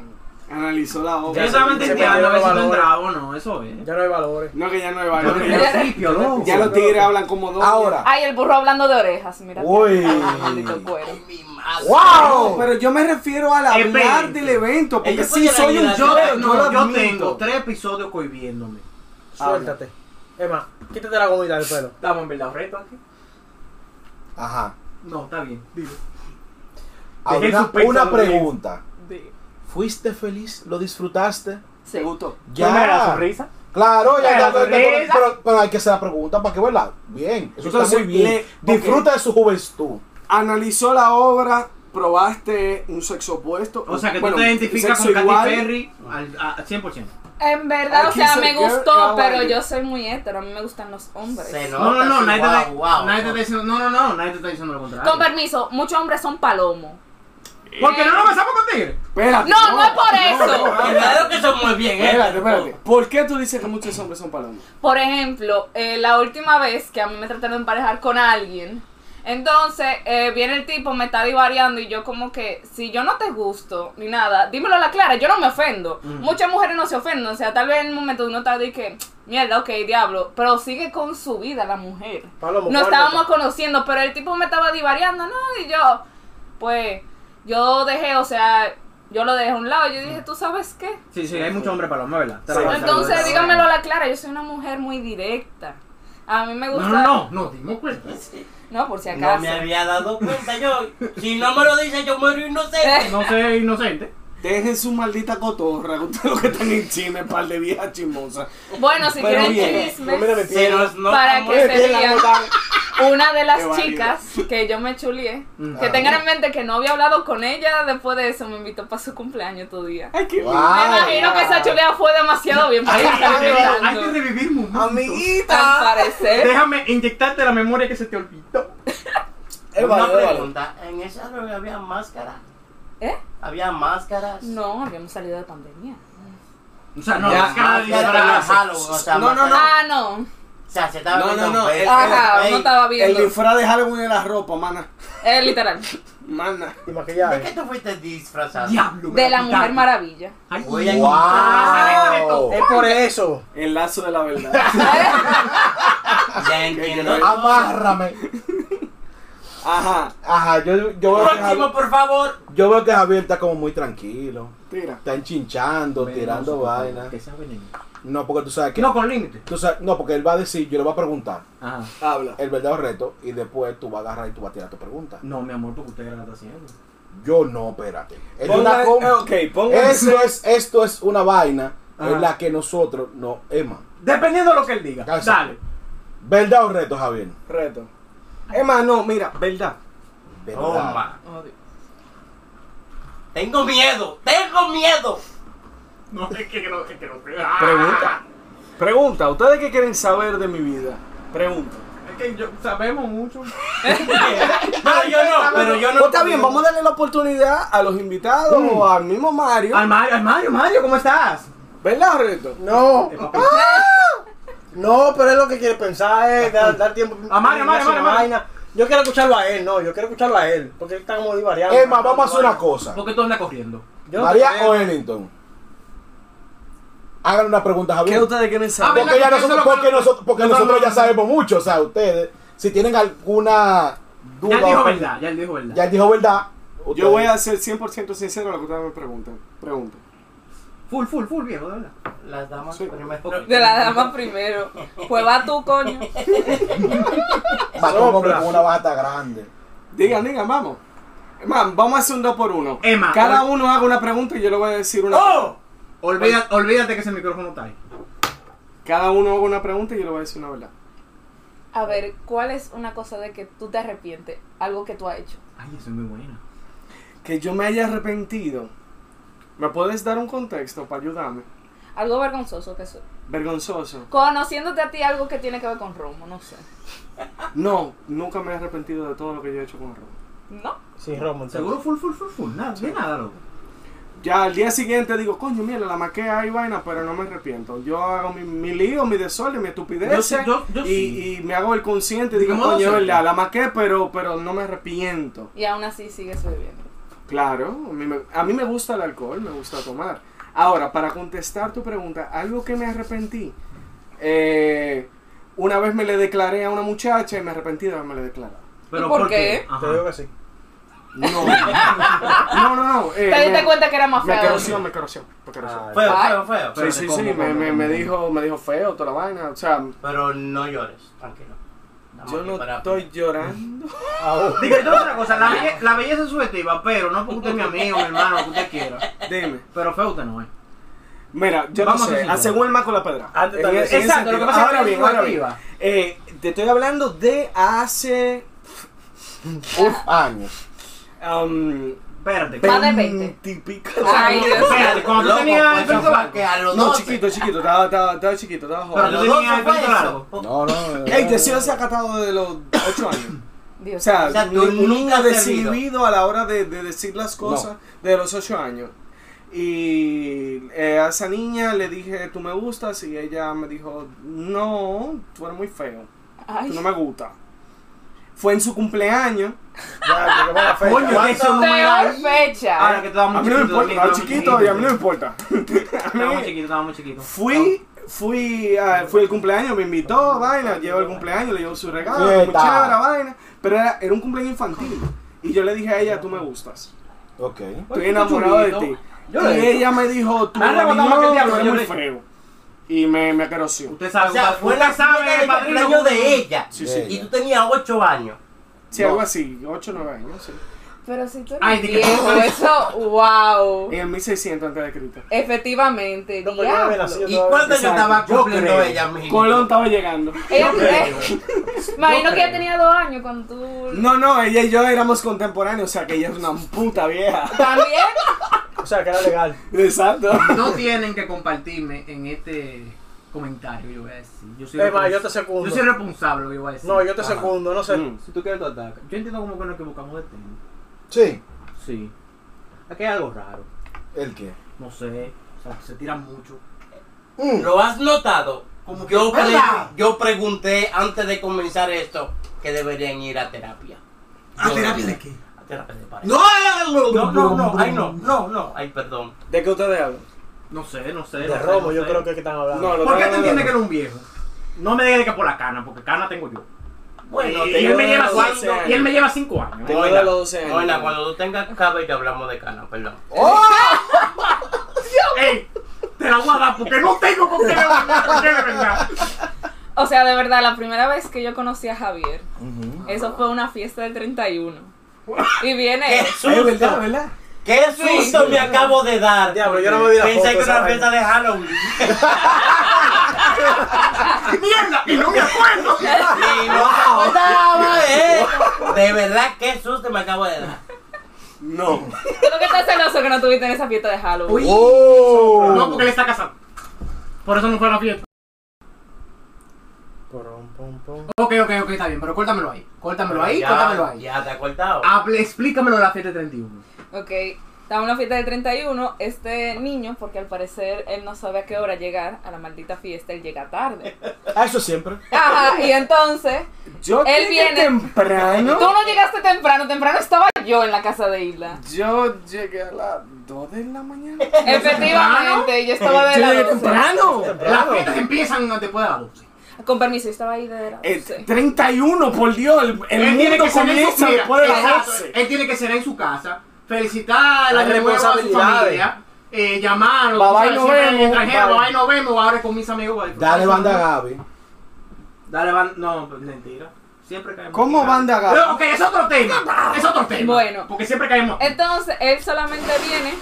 B: Analizó la obra.
A: Ya
G: Yo solamente
A: se
G: entiendo a
A: perdieron
G: ver si tú
A: valores.
G: entrabas o no, eso es.
A: Ya no hay valores.
B: No, que ya no hay
G: Yo
B: valor.
G: desde
B: Ya,
G: el
F: ya-
G: principio, loco.
B: ya los tigres hablan como dos.
D: Ahora.
F: Ay, el burro hablando de orejas, mira.
D: Uy.
F: Maldito cuero.
C: Ay, mi madre.
B: No,
D: ¡Wow!
B: pero yo me refiero al hablar
G: Espérense.
B: del evento. Porque
C: Ellos
B: sí
C: pueden
B: soy un
C: ayudar.
G: Yo,
B: yo,
G: no,
B: yo lo
G: yo
B: admito.
G: tengo tres episodios cohibiéndome.
A: Suéltate. Emma, quítate la gomita del pelo.
G: Estamos en verdad reto aquí.
D: Ajá.
G: No, está bien, dilo.
D: Ahora,
G: Dejé el
D: una,
G: suspenso
D: una
G: a los diez.
D: pregunta. ¿Fuiste feliz? ¿Lo disfrutaste?
F: Sí.
B: ¿Te gustó?
E: Primero la
D: Ya.
E: sonrisa.
D: Claro, ya,
E: Pero
D: ya, ya, ya,
E: sonrisa.
D: pero, pero hay que hacer la pregunta para que, ¿verdad? Bien, eso
B: Entonces,
D: está muy bien.
B: le-
D: Disfruta de su juventud.
B: Analizó la obra. Probaste un sexo opuesto.
G: O sea, que
B: Bueno,
G: tú te identificas
B: sexo
G: con Katy
B: igual.
G: Perry al a- a 100%.
F: En verdad, o
B: Aquí
F: sea,
B: se-
F: me
B: girl,
F: gustó,
B: I like
F: pero
B: it.
F: yo soy muy hétero, a mí me gustan los hombres.
C: Se nota,
G: No, no, no,
C: sí,
G: nadie
C: guau,
G: te
C: guau.
G: está- nadie te está diciendo, no, no, no, nadie te está diciendo lo contrario.
F: Con permiso, muchos hombres son palomos.
E: Porque
F: Eh.
E: no nos besamos con tigres.
B: Espérate.
F: No, no es por eso.
C: Claro que son muy bien, ¿eh?
B: Ah, Espérate, espérate. ¿Por qué tú dices que muchos hombres son palomas?
F: Por ejemplo, eh, la última vez que a mí me trataron de emparejar con alguien, entonces eh, viene el tipo, me está divariando y yo como que, si yo no te gusto ni nada, dímelo a la clara, yo no me ofendo. Muchas mujeres no se ofenden, o sea, tal vez en un momento uno está de que, mierda, ok, diablo, pero sigue con su vida la mujer.
A: Palomo,
F: Nos
A: guárdate.
F: estábamos conociendo, pero el tipo me estaba divariando, ¿no? Y yo, pues, yo dejé, o sea, yo lo dejé a un lado, yo dije, ¿tú sabes qué?
G: Sí, sí, hay muchos hombres paloma, ¿verdad? Te la
B: Sí.
G: voy a saludar.
F: Entonces, dígamelo a la clara, yo soy una mujer muy directa. A mí me
E: No,
F: gusta.
E: no, no, no, dimos
G: pues,
E: cuenta.
F: No, por si
C: No
F: acaso.
C: me había dado cuenta yo. Si no me lo dice, yo muero inocente.
F: (laughs) Eh,
E: No sé,
F: (laughs)
E: inocente.
B: Dejen su maldita cotorra, que ustedes lo que están en chisme, par de viejas chismosas.
F: bueno, si
B: Pero
F: quieren
B: bien,
F: chismes,
C: Se nos nota
F: Para
C: muy-
F: que se vean una de
B: Qué
F: las
B: válido.
F: chicas que yo me chulié,
G: Mm.
F: que tengan en mente que no había hablado con ella después de eso, me invitó para su cumpleaños tu día.
B: Ay, qué
D: Wow.
F: Me imagino que esa chuleada fue demasiado bien para
E: Hay
F: estar
E: que revivir- hay que
F: celebrando.
E: revivir momentos.
F: Al
B: Amiguita.
F: parecer.
E: Déjame inyectarte la memoria que se te olvidó.
C: Una pregunta. ¿En esa reunión había máscara?
F: ¿Eh?
C: ¿Había máscaras?
F: No, habíamos salido de pandemia.
G: O sea, no,
B: Ya,
G: las caras de disfraz.
C: Máscaras para Halloween, o sea,
B: No, no, no.
C: máscaras-
F: Ah, no.
C: O sea, se estaba
B: No,
C: viendo
B: no, no,
C: un
B: el-
F: Ajá,
C: Ey,
F: no estaba
B: El
F: viendo.
B: disfraz de Halloween en la ropa, mana.
F: Es literal.
B: Mana.
A: Y
C: ¿De qué
A: maquillaje.
C: tú fuiste disfrazado?
E: Diablo. me
F: De la
E: quitaste.
F: Mujer Maravilla.
E: Ay,
C: Voy a-
E: Wow.
A: Es por eso.
B: El lazo de la
D: (laughs)
B: verdad.
C: Ya entiendo.
B: Ah,
D: Amárrame.
B: Ajá,
D: Ajá, yo, yo, veo que Javier,
C: Próximo, por favor.
D: yo veo que Javier está como muy tranquilo.
B: tira.
D: Está enchinchando, tirando vainas.
G: Que sea veneno.
D: No, porque tú sabes que.
E: No, con límite.
D: tú sabes- no, porque él va a decir, yo le voy a preguntar
G: Ajá.
B: Habla.
D: el verdadero reto y después tú vas a agarrar y tú vas a tirar tu pregunta.
G: No, mi amor, porque usted ya la está haciendo.
D: Yo no, espérate. Es
B: Ponga,
D: una com-
B: eh, ok, pónganse.
D: esto, es, esto es una vaina
E: Ajá.
D: en la que nosotros no, Emma.
E: Dependiendo de lo que él diga.
D: Exacto.
E: Dale.
D: ¿Verdad o reto, Javier?
B: Reto. Emma, no, mira, verdad.
C: Toma. Tengo miedo. Tengo miedo.
E: No, es que no, es que no. Ah,
B: Pregunta. Pregunta, ¿ustedes qué quieren saber de mi vida? Pregunta.
E: Es que yo, sabemos mucho.
C: No, yo no. Pero yo no.
B: Pues está bien, vamos a darle la oportunidad a los invitados o Mm. al mismo Mario.
E: Al Mario, al Mario, Mario, ¿cómo estás?
B: ¿Verdad, Reto?
A: No, Ah.
E: Eh, papi.
A: no, pero es lo que quiere pensar, es dar, dar tiempo.
E: A Mario,
A: a
E: Mario, Mario, Mario.
A: Yo quiero escucharlo a él, no, yo quiero escucharlo a él, porque él está como divariando.
D: Emma, vamos a hacer una cosa.
G: ¿Por qué tú andas corriendo?
A: Yo no
D: María
A: te creo.
D: o Ellington. Hagan una pregunta,
B: ¿Qué
D: Javier.
B: ustedes quieren
E: A ver,
B: saber?
D: Porque, ya
E: Porque eso
D: nosotros,
E: lo-
D: porque nosotros, porque
E: No, no,
D: nosotros
E: no,
D: ya
E: no.
D: sabemos mucho. O sea, ustedes, si tienen alguna duda.
E: Ya él dijo
D: o-
E: verdad, ya él dijo verdad.
D: Ya él dijo verdad.
B: Yo
D: ustedes-
B: voy a ser 100% sincero a lo que ustedes me preguntan. Pregunta.
E: Full, full, full viejo, de verdad.
C: Las damas
B: Sí.
C: primero.
F: De la dama primero. Pues va tú, coño.
D: Mató un hombre con una bata grande.
B: Digan, digan, vamos. Man, vamos a hacer un dos por uno.
E: Emma,
B: Cada
E: hoy-
B: uno haga una pregunta y yo le voy a decir una.
A: ¡Oh!
E: Olvida- olvídate que ese micrófono está ahí.
B: Cada uno haga una pregunta y yo le voy a decir una verdad.
F: A ver, ¿cuál es una cosa de que tú te arrepientes? Algo que tú has hecho.
E: Ay, eso es muy bueno.
B: Que yo me haya arrepentido. ¿Me puedes dar un contexto para ayudarme?
F: Algo vergonzoso que soy.
B: Vergonzoso.
F: Conociéndote a ti, algo que tiene que ver con Romo, no sé.
B: No, nunca me he arrepentido de todo lo que yo he hecho con Rob.
F: ¿No?
A: Sí, Romo, entonces.
E: Seguro full, full, full, full. Nada, de nada, loco.
B: Ya al día siguiente digo, coño, mira, la maquea y vaina, pero no me arrepiento. Yo hago mi, mi lío, mi desorden, mi estupidez.
E: Yo sí, yo- yo
B: y,
E: sí.
B: y me hago el consciente y
E: De
B: digo,
E: modo
B: coño, es
E: sí.
B: verdad, la maqué, pero, pero no me arrepiento.
F: Y aún así sigues bebiendo.
B: Claro, a mí, me, a mí me gusta el alcohol, me gusta tomar. Ahora, para contestar tu pregunta, algo que me arrepentí. eh, una vez me le declaré a una muchacha y me arrepentí de haberme le declarado.
E: Pero
F: por
E: ¿por
F: qué?
E: qué?
A: Te
E: Ajá.
A: digo que sí.
B: (laughs) No, no, no. no eh,
F: ¿Te diste
B: me-
F: cuenta que era más
B: Me
F: feo?
B: caroció, me caroció, me caroció.
A: Ah,
C: Feo,
F: Ay.
C: feo, feo.
B: Sí, sí, sí, me, me, me dijo, me dijo feo toda la vaina, o sea,
C: Pero no llores, tranquilo. Estamos
B: yo
C: aquí
B: no
C: para-
B: estoy (laughs) llorando.
A: ah,
E: Digo, yo te voy a decir una cosa, la, belle- la belleza es subjetiva, pero no porque usted es mi amigo, mi hermano, lo que usted quiera.
B: Dime,
E: Pero feo usted no es.
B: mira, yo
E: Vamos a
B: no sé,
E: ser sinceros.
B: asegún el más con la pedra.
A: Antes
B: En
A: tal vez
B: ese- en ese
E: Exacto, lo que
B: sentido.
E: pasa es que
B: ahora
E: la
B: bien,
E: belleza
B: ahora
E: es
B: bien.
E: subjetiva.
B: Eh, te estoy hablando de hace
D: Uf, años.
B: um,
E: Espérate.
F: Más de 20.
B: Típico.
F: Ay, Dios.
E: Espérate, cuando tú
C: Loco,
E: tenías el
C: pues,
E: pelo
C: eso fue
E: largo.
C: que a los
B: No,
C: 12.
B: chiquito, chiquito, estaba, estaba, estaba chiquito, estaba
C: Pero a
B: joven.
C: los
E: Tú
C: 12
E: tenías el
C: fue
E: pelo largo.
C: eso.
D: No, no.
B: Ey, te sigo se ha catado de los 8 años.
F: Dios.
B: O sea,
C: O sea, tú
B: nu-
C: nunca
B: nunca
C: has
B: decidido a la hora de, de decir las cosas de los ocho años. Y eh, a esa niña le dije, tú me gustas, y ella me dijo, no, tú eres muy feo,
F: Ay.
B: tú no me gusta. Fue en su cumpleaños.
D: Ya, porque mala fecha.
E: Coño, eso no me da.
F: Peor fecha.
E: Ahora que estábamos
B: A mí no me importa, estaba
E: estábamos
B: chiquito y a mí no me importa. A mí-
E: Estábamos chiquitos, estábamos chiquitos.
B: Fui, fui, ah, fui el cumpleaños, me invitó, vaina, llevo el cumpleaños, le llevo su regalo,
D: Fiesta.
B: muy chévere, vaina, pero era, era un cumpleaños infantil. Y yo le dije a ella, tú me gustas,
D: Ok.
B: estoy enamorado de ti.
E: Yo le
B: y
E: dije.
B: ella me dijo, tú
E: Me han rebotado más que el
B: no,
E: diablo,
B: tú eres
E: yo
B: muy
E: le-
B: feo. Y me, me acarició.
E: Usted
C: O
E: sabe,
C: sea,
E: usted
C: fue la
E: sabe,
C: sabe del
E: padrino.
C: cumpleaños de ella.
D: Sí, sí.
C: Y tú tenías 8 años.
B: Sí, algo así, 8 o 9 años, sí.
F: Pero si tú eres
E: Ay, dije-
F: viejo, eso, wow.
B: En el 1600 antes de Cristo.
F: Efectivamente,
A: No, pero yo no había
F: diablo.
A: nacido
C: ¿Y
A: todavía.
C: cuánto yo
B: Exacto.
C: estaba
B: Yo
C: cumpliendo
B: creo.
C: ella, mi
B: Colón estaba llegando.
F: Ella, eh, (laughs) imagino
B: Yo
F: que ella
B: creo.
F: tenía dos años cuando tú.
B: No, no, ella y yo éramos contemporáneos, o sea que ella es una puta vieja.
F: También.
A: O sea, que era legal.
B: Exacto.
G: No tienen que compartirme en este comentario, yo voy a decir. Yo soy,
A: Es más, yo te
G: respons-
A: secundo.
G: yo soy responsable, yo voy a decir.
A: No, yo te
G: Ah.
A: secundo, no sé.
B: Mm.
E: Si tú quieres, tú atacas. Yo entiendo como que nos equivocamos de tema.
D: Sí.
E: Sí. Aquí hay algo raro.
D: ¿El qué?
E: No sé. O sea, se tiran mucho.
D: Mm.
C: ¿Lo has notado?
E: Como que-
C: Yo, pre-
E: ¿Verdad?
C: yo pregunté antes de comenzar esto que deberían ir a terapia.
G: ¿A
C: Yo-
G: terapia de qué?
C: A terapia de pareja.
G: No,
C: No, no, no, ay no, no, no, ay perdón.
B: ¿De qué ustedes hablan?
E: No sé, no sé.
A: De
E: no sé,
A: Romo,
E: no
A: yo
E: sé.
A: creo que es que están hablando.
B: No, lo
E: ¿Por qué tú
B: están hablando.
E: entiendes que era un viejo? No me digas que por la cana, porque cana tengo yo.
C: Bueno,
B: Y
C: te
E: y,
B: yo
E: él me lleva
B: no
E: cuatro-
B: sé.
E: y él me lleva cinco años.
B: Te- Tengo
C: Moina,
B: de los 12 años.
C: Moina, cuando tú tengas cabello hablamos de cana, perdón.
E: ¡Ey! Te la voy a dar porque no tengo con qué levantar, porque de verdad.
F: O sea, de verdad, la primera vez que yo conocí a Javier,
D: Ujú.
F: eso fue una fiesta del 31. Y viene.
C: ¡Qué
B: Es verdad,
C: susto!
B: ¿verdad?
C: ¡Qué susto me acabo de dar!
A: Diablo, yo no me vi la
C: Pensé
A: foto
C: que
A: de
C: era
A: esa
C: una fiesta de Halloween.
A: (laughs)
E: ¡Mierda! ¡Y no me acuerdo!
C: Y no se acordaba, eh. De verdad, qué susto me acabo de dar.
B: No.
F: Tú lo que estás celoso que no tuviste en esa fiesta de Halloween.
E: Uy.
D: ¡Oh!
E: No, porque él está casado. Por eso no fue a la fiesta.
A: Porom, pom, pom.
G: Ok, ok, ok, está bien, pero córtamelo ahí. Córtamelo ahí,
C: Ya,
G: córtamelo ahí.
C: Ya te ha cortado.
A: Ah,
G: Hable- explícamelo de la fiesta de 31.
F: Ok, estaba en una fiesta de 31. Este niño, porque al parecer él no sabe a qué hora llegar a la maldita fiesta, él llega tarde.
D: Ah, eso siempre.
F: Ajá, y entonces,
B: Yo
F: Él
B: llegué
F: viene. tú
B: temprano.
F: no llegaste temprano. Temprano estaba yo en la casa de Isla.
B: Yo llegué a las 2 de la mañana.
F: Efectivamente, yo estaba de
B: Yo
F: la
B: llegué
F: 12.
B: temprano.
G: Las fiestas empiezan después de las 12.
F: Con permiso, yo estaba ahí de la
B: Eh,
F: 12.
B: 31, por Dios. El, el
G: él tiene
B: mundo
G: que ser en su
B: comienza
G: mira,
B: después de las
G: exacto,
B: 12.
G: Él tiene que ser en su casa, felicitar a la
D: Hay
G: nueva a su
D: responsabilidades.
G: familia.
E: eh, llamarlo.
B: Bye, bye,
E: tú sabes,
B: nos
E: siempre en el
B: vemos,
E: extranjero,
B: bye.
E: bye, nos vemos, ahora con mis amigos. bye.
D: Dale banda a Gaby.
E: Dale, van. No, pues, mentira. Siempre caemos.
B: ¿Cómo
E: mentira.
B: banda
E: Pero,
B: Gaby?
E: ok, es otro tema. Es otro tema.
F: Bueno. Eh,
E: Porque siempre caemos.
F: Entonces, él solamente viene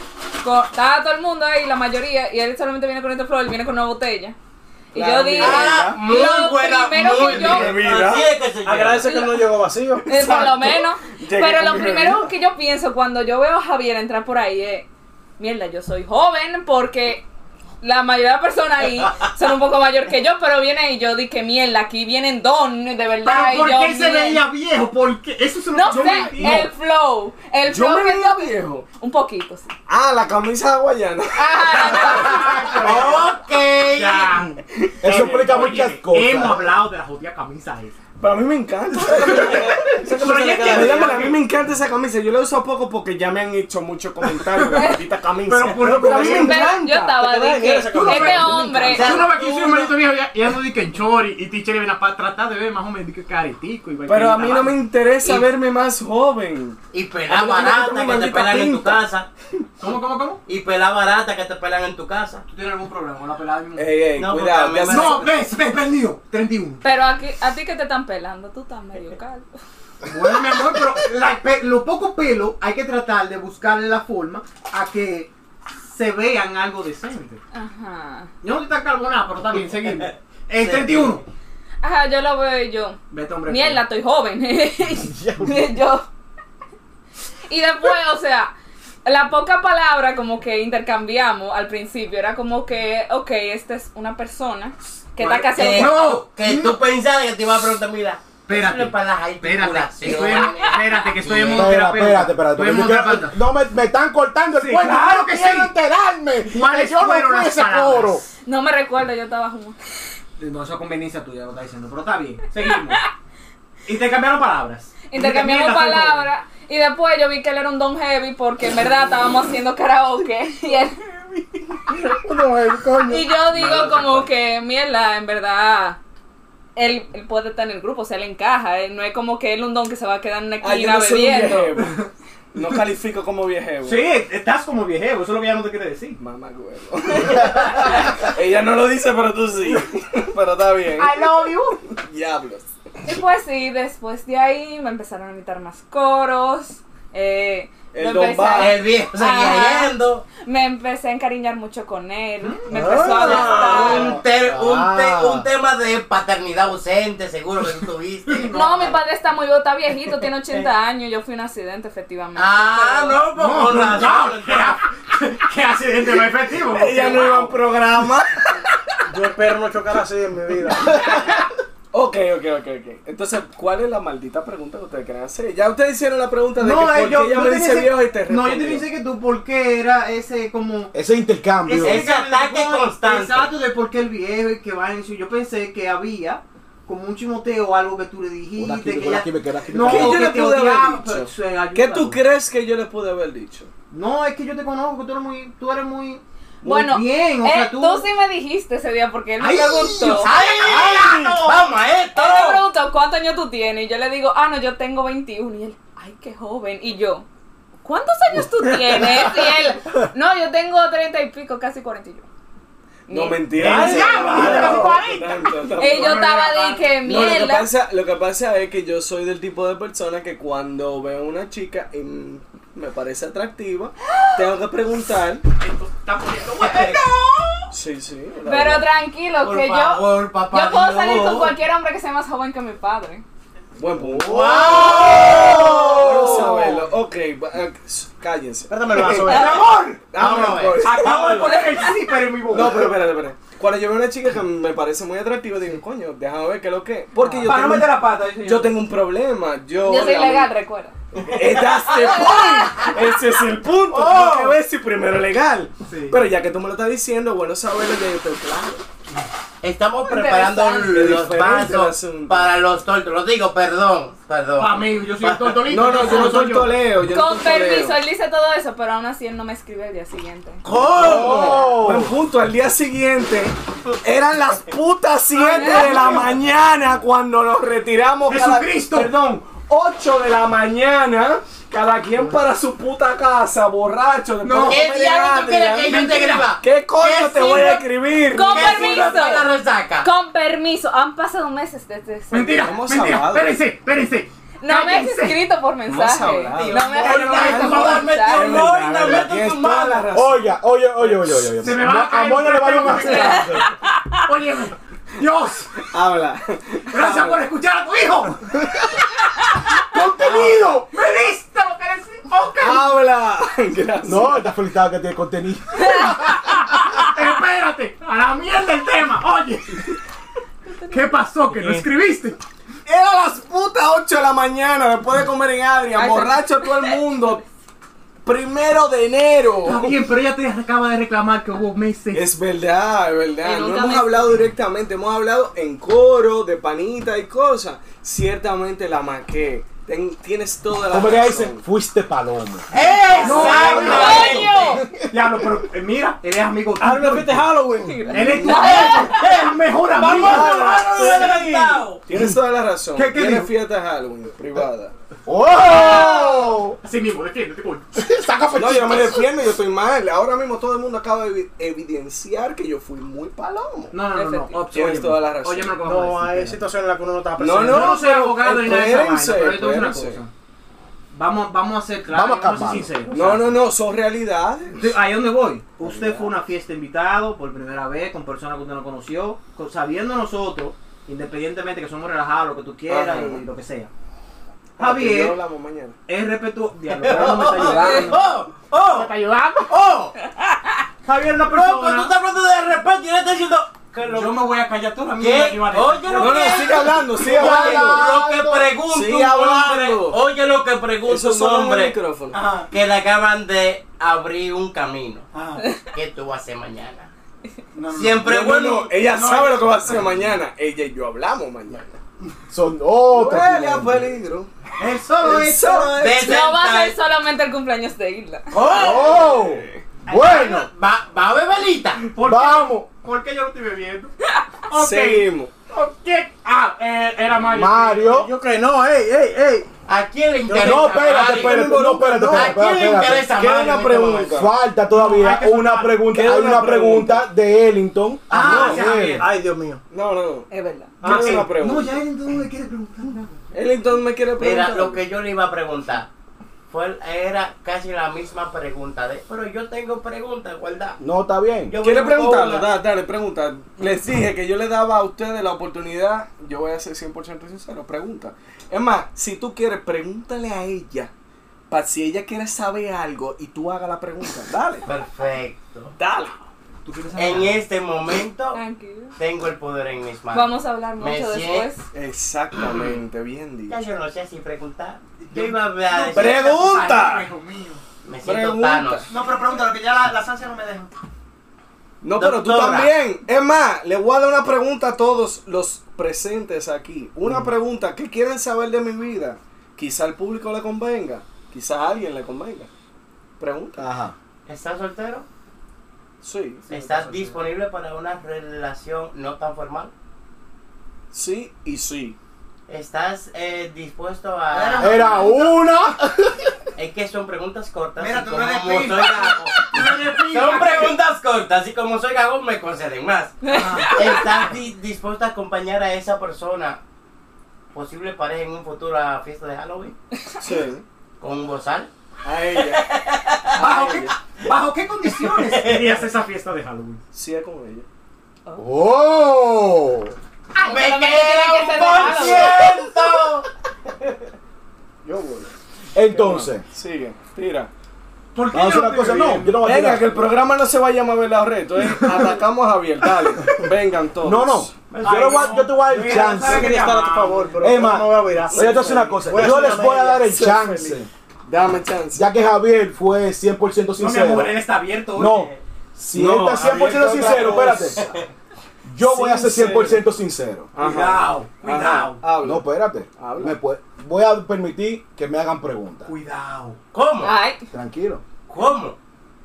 F: con. Estaba todo el mundo ahí, la mayoría, y él solamente viene con este flor, él viene con una botella. Y
B: Claro,
F: yo dije,
B: mira,
F: lo primero que yo.
B: Mira.
C: Así es que se
D: Agradece que no llegó vacío.
F: eh, por
B: Exacto.
F: lo menos.
B: Llegué
F: Pero
B: con
F: lo
B: mi
F: primero
B: bebida.
F: que yo pienso cuando yo veo a Javier entrar por ahí es. Mierda, yo soy joven porque la mayoría de las personas ahí son un poco mayor que yo, pero viene y yo dije, mierda, aquí vienen don, de verdad.
E: Pero
F: y
E: ¿por
F: yo,
E: qué se
F: mierda.
E: veía viejo? ¿Por qué? Eso es lo
F: No
E: que yo
F: sé,
E: me- no.
F: el flow. El
B: Yo
F: flow
B: me
F: que
B: veía
F: tú-
B: viejo.
F: Un poquito, sí.
B: Ah, la camisa hawaiana.
E: Ya.
D: Eso explica
E: Oye,
D: muchas
E: Hemos
D: cosas.
E: hablado de la jodida camisa esa.
B: Pero a mí me encanta. Esa camisa
E: Pero
B: le
E: ya
B: queda
E: que-
B: bien. Dígame, a mí me encanta esa camisa. Yo la uso poco porque ya me han hecho muchos comentarios de la maldita camisa.
E: Pero, pero, pero,
B: a mí me
E: pero
B: encanta.
F: Pero yo estaba
B: Te queda
F: de
B: bien
F: que
B: esa camisa.
F: este hombre.
E: Tú no ves que yo soy un
F: Uno-
E: maldito viejo y- y ando di que en chori y teacher viene para tratar de ver más o menos que caretico. Y
B: Pero a mí no me interesa
C: Y-
B: verme más joven.
C: Y
B: Ah,
C: pelá
B: pero tú no
C: barata
B: tienes
C: que te
B: maldita
C: pelan en tu
B: pinta.
C: casa.
E: ¿Cómo, cómo, cómo?
C: Y pelá barata que te pelan en tu casa.
E: ¿Tú tienes algún problema con la pelada de mi
D: Eh,
E: mujer?
B: Ey, ey,
C: No,
B: Eh, cuidado.
C: porque
B: ya
C: a mí
B: se-
C: me-
E: No, ves, ves, perdido. 31.
F: Pero aquí, a ti que te están pelando, tú estás medio calvo.
E: Bueno, mi amor, pero la pe- lo poco pelo hay que tratar de buscarle la forma a que se vean algo decente.
F: Ajá.
E: Yo no estoy tan carbonada, pero está bien,
D: (laughs)
E: seguimos. Eh, El 31.
F: Ajá, yo lo veo y yo.
E: Vete, hombre.
F: Mierda, estoy joven. (laughs) yo. Y después, o sea, la poca palabra como que intercambiamos al principio era como que, ok, esta es una persona que está casi.
B: eh.
C: Que-
E: No,
C: Que
E: no.
C: tú pensabas que te iba a preguntar, mira.
E: Espérate.
C: Para las
E: Espérate, que estoy en-
C: articulaciones.
E: espérate, que estoy en modo
D: Espera,
E: terapeuta.
D: espérate, espérate.
E: Estoy en
D: porque
E: modo
D: yo quiero-
E: terapeuta.
D: no me, me están cortando el
E: Sí,
D: cuerno.
E: claro
D: yo
E: que
D: quiero
E: sí.
D: enterarme.
E: ¿Cuáles
D: Que yo no
E: fueron
D: fui a
E: las
D: ese
E: palabras? (laughs)
D: coro.
F: No me recuerdo, yo estaba jugando.
E: Eh, No, eso es conveniencia tuya, lo está diciendo, pero está bien. Seguimos. Intercambiaron palabras.
F: Intercambiamos
E: Mierda, soy joven.
F: palabras. Y después yo vi que él era un don heavy porque en verdad estábamos haciendo karaoke. (laughs) Y él.
D: No, eh,
B: Ah,
D: coño.
F: Y yo digo
E: Malo,
F: como
E: mejor.
F: que, mierda, en verdad, él, él puede estar en el grupo, o sea, él encaja, él no es como que él un don que se va a quedar en una
B: Ah, yo
F: esquina
B: no soy un
F: bebiendo.
B: viejeo. No califico como viejeo.
E: Sí, estás como viejevo, eso es lo que ya no te quiere decir.
B: Mamá huevo. (laughs) Ella no lo dice, pero tú sí. (laughs) pero está bien.
E: love you.
B: Diablos.
F: Y pues sí, después de ahí me empezaron a invitar más coros, eh,
B: El
F: me,
B: don
F: empecé
B: va,
F: a,
C: El viejo seguía
F: Ajá.
C: yendo.
F: me empecé a encariñar mucho con él, me
B: Ah.
F: empezó a gustar.
C: Un, ter- un, te-
D: Ah.
C: un tema de paternidad ausente, seguro que tú tuviste.
F: No, mi padre está muy bota viejito, tiene
B: Eh.
F: 80 años, yo fui un accidente efectivamente.
C: Ah, no,
F: pero-
C: pues con razón.
E: Qué accidente más efectivo.
B: Ella no iba a un
A: (laughs)
B: programa.
D: Yo espero no chocar así en mi vida.
B: Ok, ok, ok, ok. Entonces, ¿cuál es la maldita pregunta que ustedes quieren hacer? Ya ustedes hicieron la pregunta de que por
E: eh,
B: qué ella me
E: te
B: dice
E: dice-
B: viejo y te
E: No, yo te
B: respondió.
E: dice que tú, ¿por qué era ese como...
D: Ese intercambio.
C: Ese- ataque
E: como-
C: constante.
E: Exacto, de por qué el viejo y que va en su... Yo pensé que había como un chimoteo o algo que tú le
D: Una aquí,
E: dijiste. que
D: una
E: ella-
D: aquí, me queda aquí, me
E: No,
D: queda
B: ¿Qué yo
D: aquí.
E: o que
B: le
E: te
B: pude haber
E: odiaba.
B: dicho?
E: pero se ayuda,
B: ¿Qué tú
E: güey.
B: crees que yo le pude haber dicho?
E: No, es que yo te conozco, tú eres muy... Tú eres muy... muy
F: Bueno,
E: bien, o
F: eh,
E: sea,
F: tú...
E: tú...
F: sí me dijiste ese día porque él me
E: Ay,
F: preguntó.
C: ¡Ay! ¡Vamos a esto!
F: Él me preguntó cuántos años tú tienes y yo le digo, ah, no, yo tengo 21 y él, ay, qué joven. Y yo, ¿cuántos años tú tienes? Y él, no, yo tengo 30 y pico, casi 41.
B: No,
F: mentira.
B: mentira.
E: ¡Ay, ya, casi
F: Y yo estaba de que
B: No, lo que,
F: mierda.
B: pasa, lo que pasa es que yo soy del tipo de persona que cuando veo a una chica y mm, me parece atractiva, tengo que preguntar.
E: Esto está
F: (laughs)
E: poniendo bueno.
B: Sí, sí. la
F: Pero
B: verdad.
F: tranquilo,
C: Por
F: que yo,
C: favor, papá.
F: yo puedo salir
C: no.
F: con cualquier hombre que sea más joven que mi padre.
B: Buen punto. Bueno
C: ¡Wow!
B: saberlo. Ok, va- eh, cállense.
D: Espérame
B: (laughs)
D: el vaso.
F: Ah.
D: eh.
E: ¡Amor!
B: Vamos
C: Vamos a ver.
E: Acabo de poner el zipper en mi boca.
B: No, pero espérate, espérate. Cuando yo veo una chica que me parece muy atractiva, digo, coño, déjame ver qué es lo que. es. Porque yo,
E: Para no
B: tengo,
E: meter la pata. dice
B: yo tengo un problema. Yo,
F: Yo soy
B: la-
F: legal, recuerda.
B: Eh, that's
F: (laughs)
B: the point. Ese es el punto. Tengo que ver si primero es legal.
E: Oh. Sí.
B: Pero ya que tú me lo estás diciendo, bueno saberlo ya yo estoy claro.
C: Estamos preparando
B: Interesante.
C: los
B: Qué diferente el
C: vasos
B: asunto.
C: para los tortos. Lo digo, perdón.
E: Pa'
C: Perdón.
E: mí, yo soy un tortolito.
B: No, no, yo no
E: Ah, soy
B: soy toleo. Yo no
F: Con
B: tortoleo.
F: permiso, él dice todo eso, pero aún así él no me escribe el día siguiente.
B: Ah. Oh, Buen punto, al día siguiente eran las putas 7 de la mañana cuando nos retiramos. cada-
E: Jesucristo.
B: Perdón, 8 de la mañana, cada quien para su puta casa, borracho. después
E: No.
B: de
C: ¿Qué
B: comer
C: diablo
B: gratis,
C: tú quieres que
B: ¿eh?
C: yo te escriba?
B: ¿Qué coño
C: ¿Qué
B: te voy a
C: sirve?
B: escribir?
F: Con
C: ¿Qué
F: permiso.
C: sirve para la resaca?
F: Con permiso, han pasado meses desde ese
E: Mentira,
F: día.
B: Hemos
E: mentira,
B: hablado.
E: espérense, espérense.
F: No me has
E: Cállense.
F: escrito por mensaje.
B: hablado.
F: No me has
C: Dios,
F: escrito
C: no,
F: por
C: me
B: Es
C: metió-
F: mensaje.
B: verdad,
C: Lorna,
B: es verdad,
C: mete
B: tienes
C: tu
B: toda
C: mano.
B: la razón.
D: Oye, oye, oye, oye, oye.
E: Se me va a
D: a
E: caer
D: Mona
E: el
D: le va a ir un
E: teléfono.
D: accidente.
E: Oye, Dios,
B: Habla.
E: gracias por escuchar a tu hijo. (laughs) Contenido, me diste lo que eres. Oscar,
B: (laughs) Habla. Gracias.
D: No, está felicitado que tiene
E: (laughs)
D: contenido.
E: espérate, a la mierda el tema. Oye, ¿qué pasó? ¿Que no escribiste?
B: Era las putas 8 de la mañana después de comer en Adria,
F: Ay,
B: borracho todo el mundo. Primero de enero.
E: Está bien, pero ella te acaba de reclamar que hubo meses.
B: Es verdad, es
F: Y
B: verdad. No
F: nunca
B: hemos
F: me-
B: hablado directamente, hemos hablado en coro, de panita y cosas. Ciertamente la maqué. Ten- tienes toda la
D: Como que
B: razón.
D: dicen, fuiste palomo.
C: ¡Exacto!
F: ¡Coño!
E: Diablo, pero eh, mira, él es amigo tuyo.
B: Hazlo fiesta de Halloween.
E: Él es tu amigo, el mejor amigo.
B: (laughs) Tienes toda la razón.
E: ¿Qué- qué
B: tienes
E: dijo?
B: fiesta de Halloween privada.
D: ¡Oh!
E: Así mismo, defiéndete, coño.
D: Saca
B: No, yo no me
D: pechitas.
B: defiendo, yo estoy mal. Ahora mismo todo el mundo acaba de evi- evidenciar que yo fui muy palomo.
E: No, no, no, no.
F: Efectivo.
E: Ops,
B: Tienes
E: óyeme.
B: toda la razón.
E: Óyeme lo que vamos
A: No,
E: a
A: hay
E: decir.
A: situaciones en las que uno no está
B: No,
A: presente.
B: no,
E: Yo no soy abogado ni nada de esa vaina,
B: espérense,
E: pero yo te voy a decir una
B: espérense.
E: cosa. Vamos, vamos a ser claros,
D: Vamos a
E: vamos a ser
D: calmarnos.
E: sinceros.
B: No, no, no, son realidades.
E: Usted- Ahí donde voy. Usted fue a una fiesta invitado por primera vez con personas que usted no conoció, con- sabiendo nosotros, independientemente que somos relajados, lo que tú quieras
B: Ajá.
E: y lo que sea.
B: Ah, que
E: Javier
B: ya hablamos mañana.
E: es (laughs) respetuoso. Diablo, pero no me está ayudando.
C: ¡Oh!
E: No me
C: ¡Oh!
E: está ayudando.
C: ¡Oh!
E: Javier, una
C: Bronco, tú estás
E: persona.
C: hablando de respeto y yo le estoy diciendo que lo
E: Yo me voy a callar toda la mierda que
C: que...
E: iba a decir.
C: Oye
B: No,
C: lo
B: no,
C: que...
B: sigue hablando, sigue
C: Oye,
B: hablando.
C: lo que pregunta
B: Sigue
C: un hombre,
B: hablando.
C: oye lo que pregunta
B: Eso
C: un
B: son los
C: hombre
B: micrófonos.
C: ah, que le acaban de abrir un camino.
H: Ah,
C: ¿Qué tú vas a hacer mañana?
H: no, no.
E: Mm,
C: Siempre
B: No, no,
C: bueno.
B: no, ella sabe lo que va a hacer mañana. Ella y yo hablamos mañana.
D: Son otros.
B: Huele a peligro.
E: El solo
B: El
E: hecho.
B: solo hecho.
C: de
F: No va a ser
C: sentar-
F: solamente el cumpleaños de Isla.
D: ¡Oh! Bueno,
C: Va, va a beber velita.
E: ¿Por qué-
D: vamos.
E: ¿Por qué yo no estoy bebiendo?
B: Oh,
E: Ok.
B: Seguimos.
E: ok. Ah, eh, era Mario.
D: Mario.
A: Yo que no, ey, ey, ey.
C: ¿A quién le interesa?
D: No, espérate,
C: Mario?
D: espérate, no, espérate,
C: ¿A
D: espérate,
C: quién le
D: espérate.
C: interesa
B: Queda
C: Mario
B: una
C: en este
B: pregunta.
C: momento?
D: Falta
E: No,
D: todavía
E: hay que soltar.
D: una pregunta. Hay
B: Queda
D: una
B: una
D: pregunta de Ellington.
E: Ah,
D: No,
E: sí,
D: él.
E: Javier.
A: Ay, Dios mío.
B: No, no, no.
F: Es verdad.
B: Ah,
E: sí.
B: una pregunta.
E: ya él entonces me quiere preguntar nada.
B: Ellington me quiere
C: Mira,
B: preguntar.
C: lo que yo le iba a preguntar fue, era casi la misma pregunta de, pero yo tengo preguntas, ¿verdad?
D: No, está bien.
C: Yo
B: ¿Quiere
C: voy a
B: preguntarlo?
C: una-
B: Dale, dale, pregunta.
C: (laughs)
B: Les dije que yo le daba a ustedes la oportunidad. Yo voy a ser 100% sincero. Pregunta. Es más, si tú quieres, pregúntale a ella. Para si ella quiere saber algo y tú hagas la pregunta. Dale.
C: (laughs) Perfecto.
B: Dale.
E: ¿Tú quieres saber?
C: En este momento
F: Tranquilo.
C: tengo el poder en mis manos.
F: Vamos a hablar
C: Me
F: mucho
C: siento-
F: después.
B: Exactamente, bien dicho.
C: Ya yo no sé si preguntar. Yo iba a hablar.
B: ¡Pregunta!
H: hijo mío.
C: Me siento
B: Pregunta.
C: Thanos.
H: No, pero pregúntalo, que ya la, las ansias no me dejan.
B: No, pero tú
C: Doctora.
B: también. Es más, le voy a dar una pregunta a todos los presentes aquí. Una pregunta que quieren saber de mi vida. Quizá al público le convenga. Quizá a alguien le convenga. Pregunta.
D: Ajá.
C: ¿Estás soltero?
B: Sí.
C: ¿Estás disponible para una relación no tan formal?
B: Sí y sí.
C: ¿Estás eh, dispuesto
H: Era-
C: a.?
D: Era una.
C: Es que son preguntas cortas.
H: Mira,
C: y
H: tú
C: como
H: eres
C: soy
H: pinta.
C: gago- Son preguntas cortas y como soy gago me conceden más.
E: Ah,
C: ¿Estás di- dispuesto a acompañar a esa persona, posible pareja en un futuro a fiesta de Halloween?
B: Sí.
C: ¿Con un bozal?
B: A ella.
C: Ah,
B: A ella.
E: ¿Bajo
G: (laughs)
E: qué condiciones irías a esa fiesta de Halloween?
B: Sí es con ella.
D: ¡Oh!
F: No
C: ¡Me
F: solamente
C: queda
F: tiene que
C: un
F: ser
C: por ciento!
B: Yo voy.
D: Entonces,
B: Sigue. Tira.
E: ¿Por qué
D: vamos a hacer
E: yo no
D: una cosa.
E: estoy
D: No, yo
E: bebiendo?
D: no voy a
B: Venga, que el
D: tirar.
B: programa no se va a llamar Velas Reto.
D: (laughs)
B: ¿eh? Atacamos a Javier. Dale. Vengan todos.
D: No, no. Yo,
E: Ay,
D: le voy a-
E: no.
D: yo te voy a dar el
E: Mira,
D: chance.
E: ¿sabes qué?
B: Quería estar a tu favor, pero
D: Emma,
B: no voy a virar.
D: Oye, entonces una cosa.
B: Voy a
D: Yo
B: hacer
D: les
B: una
D: voy a
B: media.
D: dar el
B: Soy
D: chance.
B: feliz. Dame chance.
D: Ya que Javier fue 100%
E: No, mi
D: sincero.
E: amor, él está abierto. oye.
D: No, si
E: No,
D: él está 100%
B: abierto otra
D: sincero,
B: cosa.
D: espérate. Yo voy a ser 100% sincero.
B: Ajá.
E: Cuidado,
B: Ajá.
E: cuidado,
B: Habla.
D: No, espérate.
B: Habla.
D: Me puede- voy a permitir que me hagan preguntas.
E: cuidado.
C: ¿Cómo?
F: Ay,
D: Tranquilo.
C: ¿Cómo?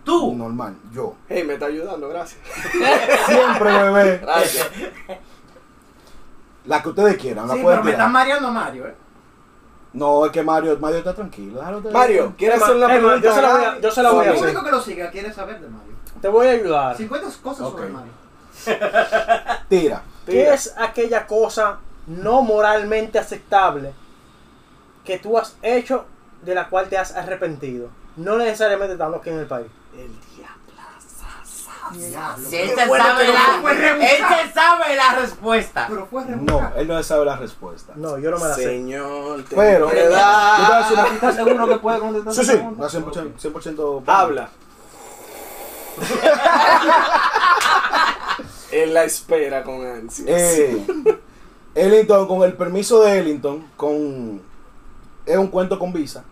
C: ¿Tú?
D: Normal. Yo.
B: Hey, me está ayudando, gracias.
D: Siempre, bebé.
B: Gracias.
D: La que ustedes quieran. La
E: Sí, pero
D: pueden
E: me
D: tirar.
E: estás mareando a Mario, ¿eh?
D: No, es que Mario, Mario está tranquilo. déjalo de-
B: Mario, ¿quieres hacer la
I: Es más,
B: pregunta?
I: yo se la voy a, yo se la voy a
B: Sí.
G: El
I: hacer.
G: público que lo siga quiere saber de Mario.
I: Te voy a ayudar.
G: 50 cosas sobre
D: Ok.
G: Mario.
D: Tira.
I: ¿Qué es aquella cosa no moralmente aceptable que tú has hecho de la cual te has arrepentido? No necesariamente estando aquí en el país.
G: El
C: Ah,
G: diablo. Diablo.
C: Si él se
G: Bueno,
C: sabe
G: pero fue
C: la, Eh, él
G: rebuscado.
C: se sabe la respuesta.
G: Pero fue
D: No, eh.
G: rebuscado.
D: él no sabe la respuesta.
I: No, yo no me la sé.
B: Señor, te
D: Pero,
B: te
D: yo te voy a decir una-
E: ¿Estás seguro que puede contestar?
D: Sí,
E: esa
D: sí,
E: pregunta?
D: no, 100%, 100%
I: (laughs)
B: Habla. Él la espera con ansia.
D: Eh, Ellington, con el permiso de Ellington, con es un cuento con visa.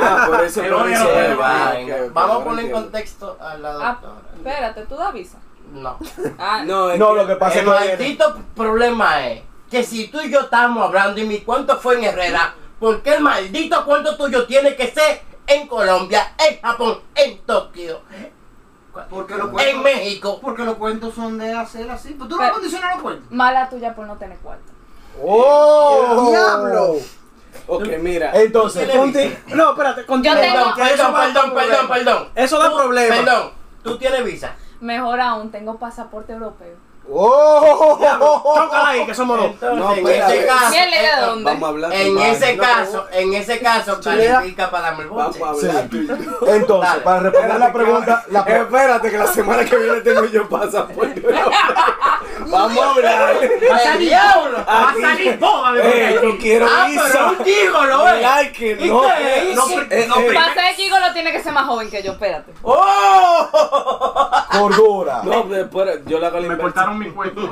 B: Ah, por eso
C: Qué
B: no
C: bueno,
B: dice
C: qué
B: él.
C: vaina.
B: Ah, ok, ok,
C: Vamos a
B: ahora
C: poner en
B: entiendo.
C: contexto a la
F: Ah,
C: doctora.
F: espérate, tú da visa.
C: No.
F: Ah,
B: No, es
D: No, lo que
C: El
D: pasa es que
C: maldito problema es que si tú y yo estamos hablando y mi cuento fue en Herrera, ¿por qué el maldito cuento tuyo tiene que ser en Colombia, en Japón, en Tokio,
G: Porque los
C: en
G: cuentos,
C: México?
G: porque los cuentos son de hacer así. Pues tú no
F: Pero-
G: condicionas los cuentos.
F: Mala tuya por no tener cuarto.
D: ¡Oh!
I: ¡Diablo!
B: Ok, mira.
D: Entonces,
C: ¿Qué le
D: conti-
C: dice?
I: Conti- No, espérate,
F: Yo
I: continúa.
C: Perdón,
F: tengo-
I: que eso
C: perdón,
I: va a dar
C: perdón, perdón,
I: problema.
C: perdón.
I: Eso da
C: Tú-
I: problema.
C: Perdón, tú tienes visa.
F: Mejor aún, tengo pasaporte europeo.
D: ¡Oh!
I: Chócala ahí, que somos dos.
C: Entonces,
B: No,
C: en
B: espérate.
C: ese caso,
F: ¿Quién le da de dónde?
B: Vamos a hablar.
C: en
B: tu
C: ese
B: vaina.
C: caso, en ese caso
I: Chilea.
C: califica para
B: Vamos a
C: Melbourne.
D: Sí.
B: hablar. tú y yo. (laughs)
D: Entonces,
C: Dale.
D: para responder la pregunta, la pre-
B: Espérate que la semana que viene tengo
I: (laughs)
B: yo pasaporte. Vamos a hablar.
C: ¡Va a salir diablo!
B: Ah,
E: Va a salir boba de
B: Eh,
E: Mario.
B: yo quiero
C: ¡Ah, pero
B: visa.
C: un gigolo, eh!
B: Ay, que
C: ¿Y
B: no.
C: qué? ¿Y
B: no,
C: qué?
B: eh,
H: No,
B: eh,
H: pero-
F: Para ser gigolo tiene que ser más joven que yo, espérate.
C: ¡Oh!
D: cordura.
B: no, pero espera, yo la hago la
I: Me
B: inversa.
I: mi cuerpo.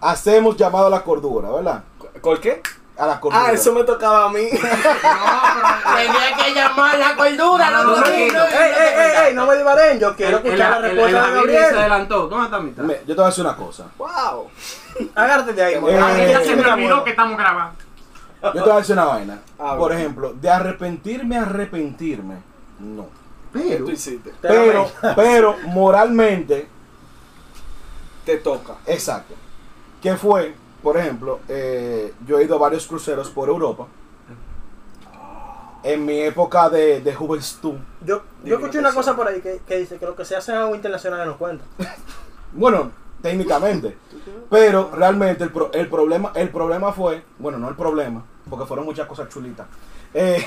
D: Hacemos llamado a la cordura, ¿verdad?
B: ¿Por qué?
D: A la cordura.
B: Ah, eso me tocaba a (laughs) mí.
G: No,
C: Tenía que llamar la cordura,
G: No,
C: no,
G: no,
C: no,
G: no,
I: ¡Ey, ey, ey, ey! No me llevaré. Yo quiero
E: El- el-
I: escuchar la
E: el- el
I: respuesta de
E: Javier se
I: Gabriel.
E: adelantó. ¿Dónde está mitad?
D: Me- yo te voy a decir una cosa.
B: wow.
I: Agárrate de ahí, amor.
D: Eh,
I: Ah,
D: eh,
I: esta sí
D: eh,
I: me la muevo.
E: estamos grabando.
D: Yo te voy a decir una vaina.
B: Ah,
D: Por
B: bueno.
D: ejemplo, de arrepentirme, arrepentirme. No.
B: ¿Qué
G: pero
B: tú hiciste?
D: Pero, (laughs) pero moralmente,
B: Te toca.
D: exacto. Que fue, por ejemplo, eh, yo he ido a varios cruceros por Europa. En mi época de, de juventud.
I: Yo, yo escuché una cosa por ahí que, que dice que lo que se hace en agua internacional no cuenta.
D: Bueno, técnicamente. Pero realmente el, pro- el problema el problema fue, bueno, no el problema, porque fueron muchas cosas chulitas. Eh,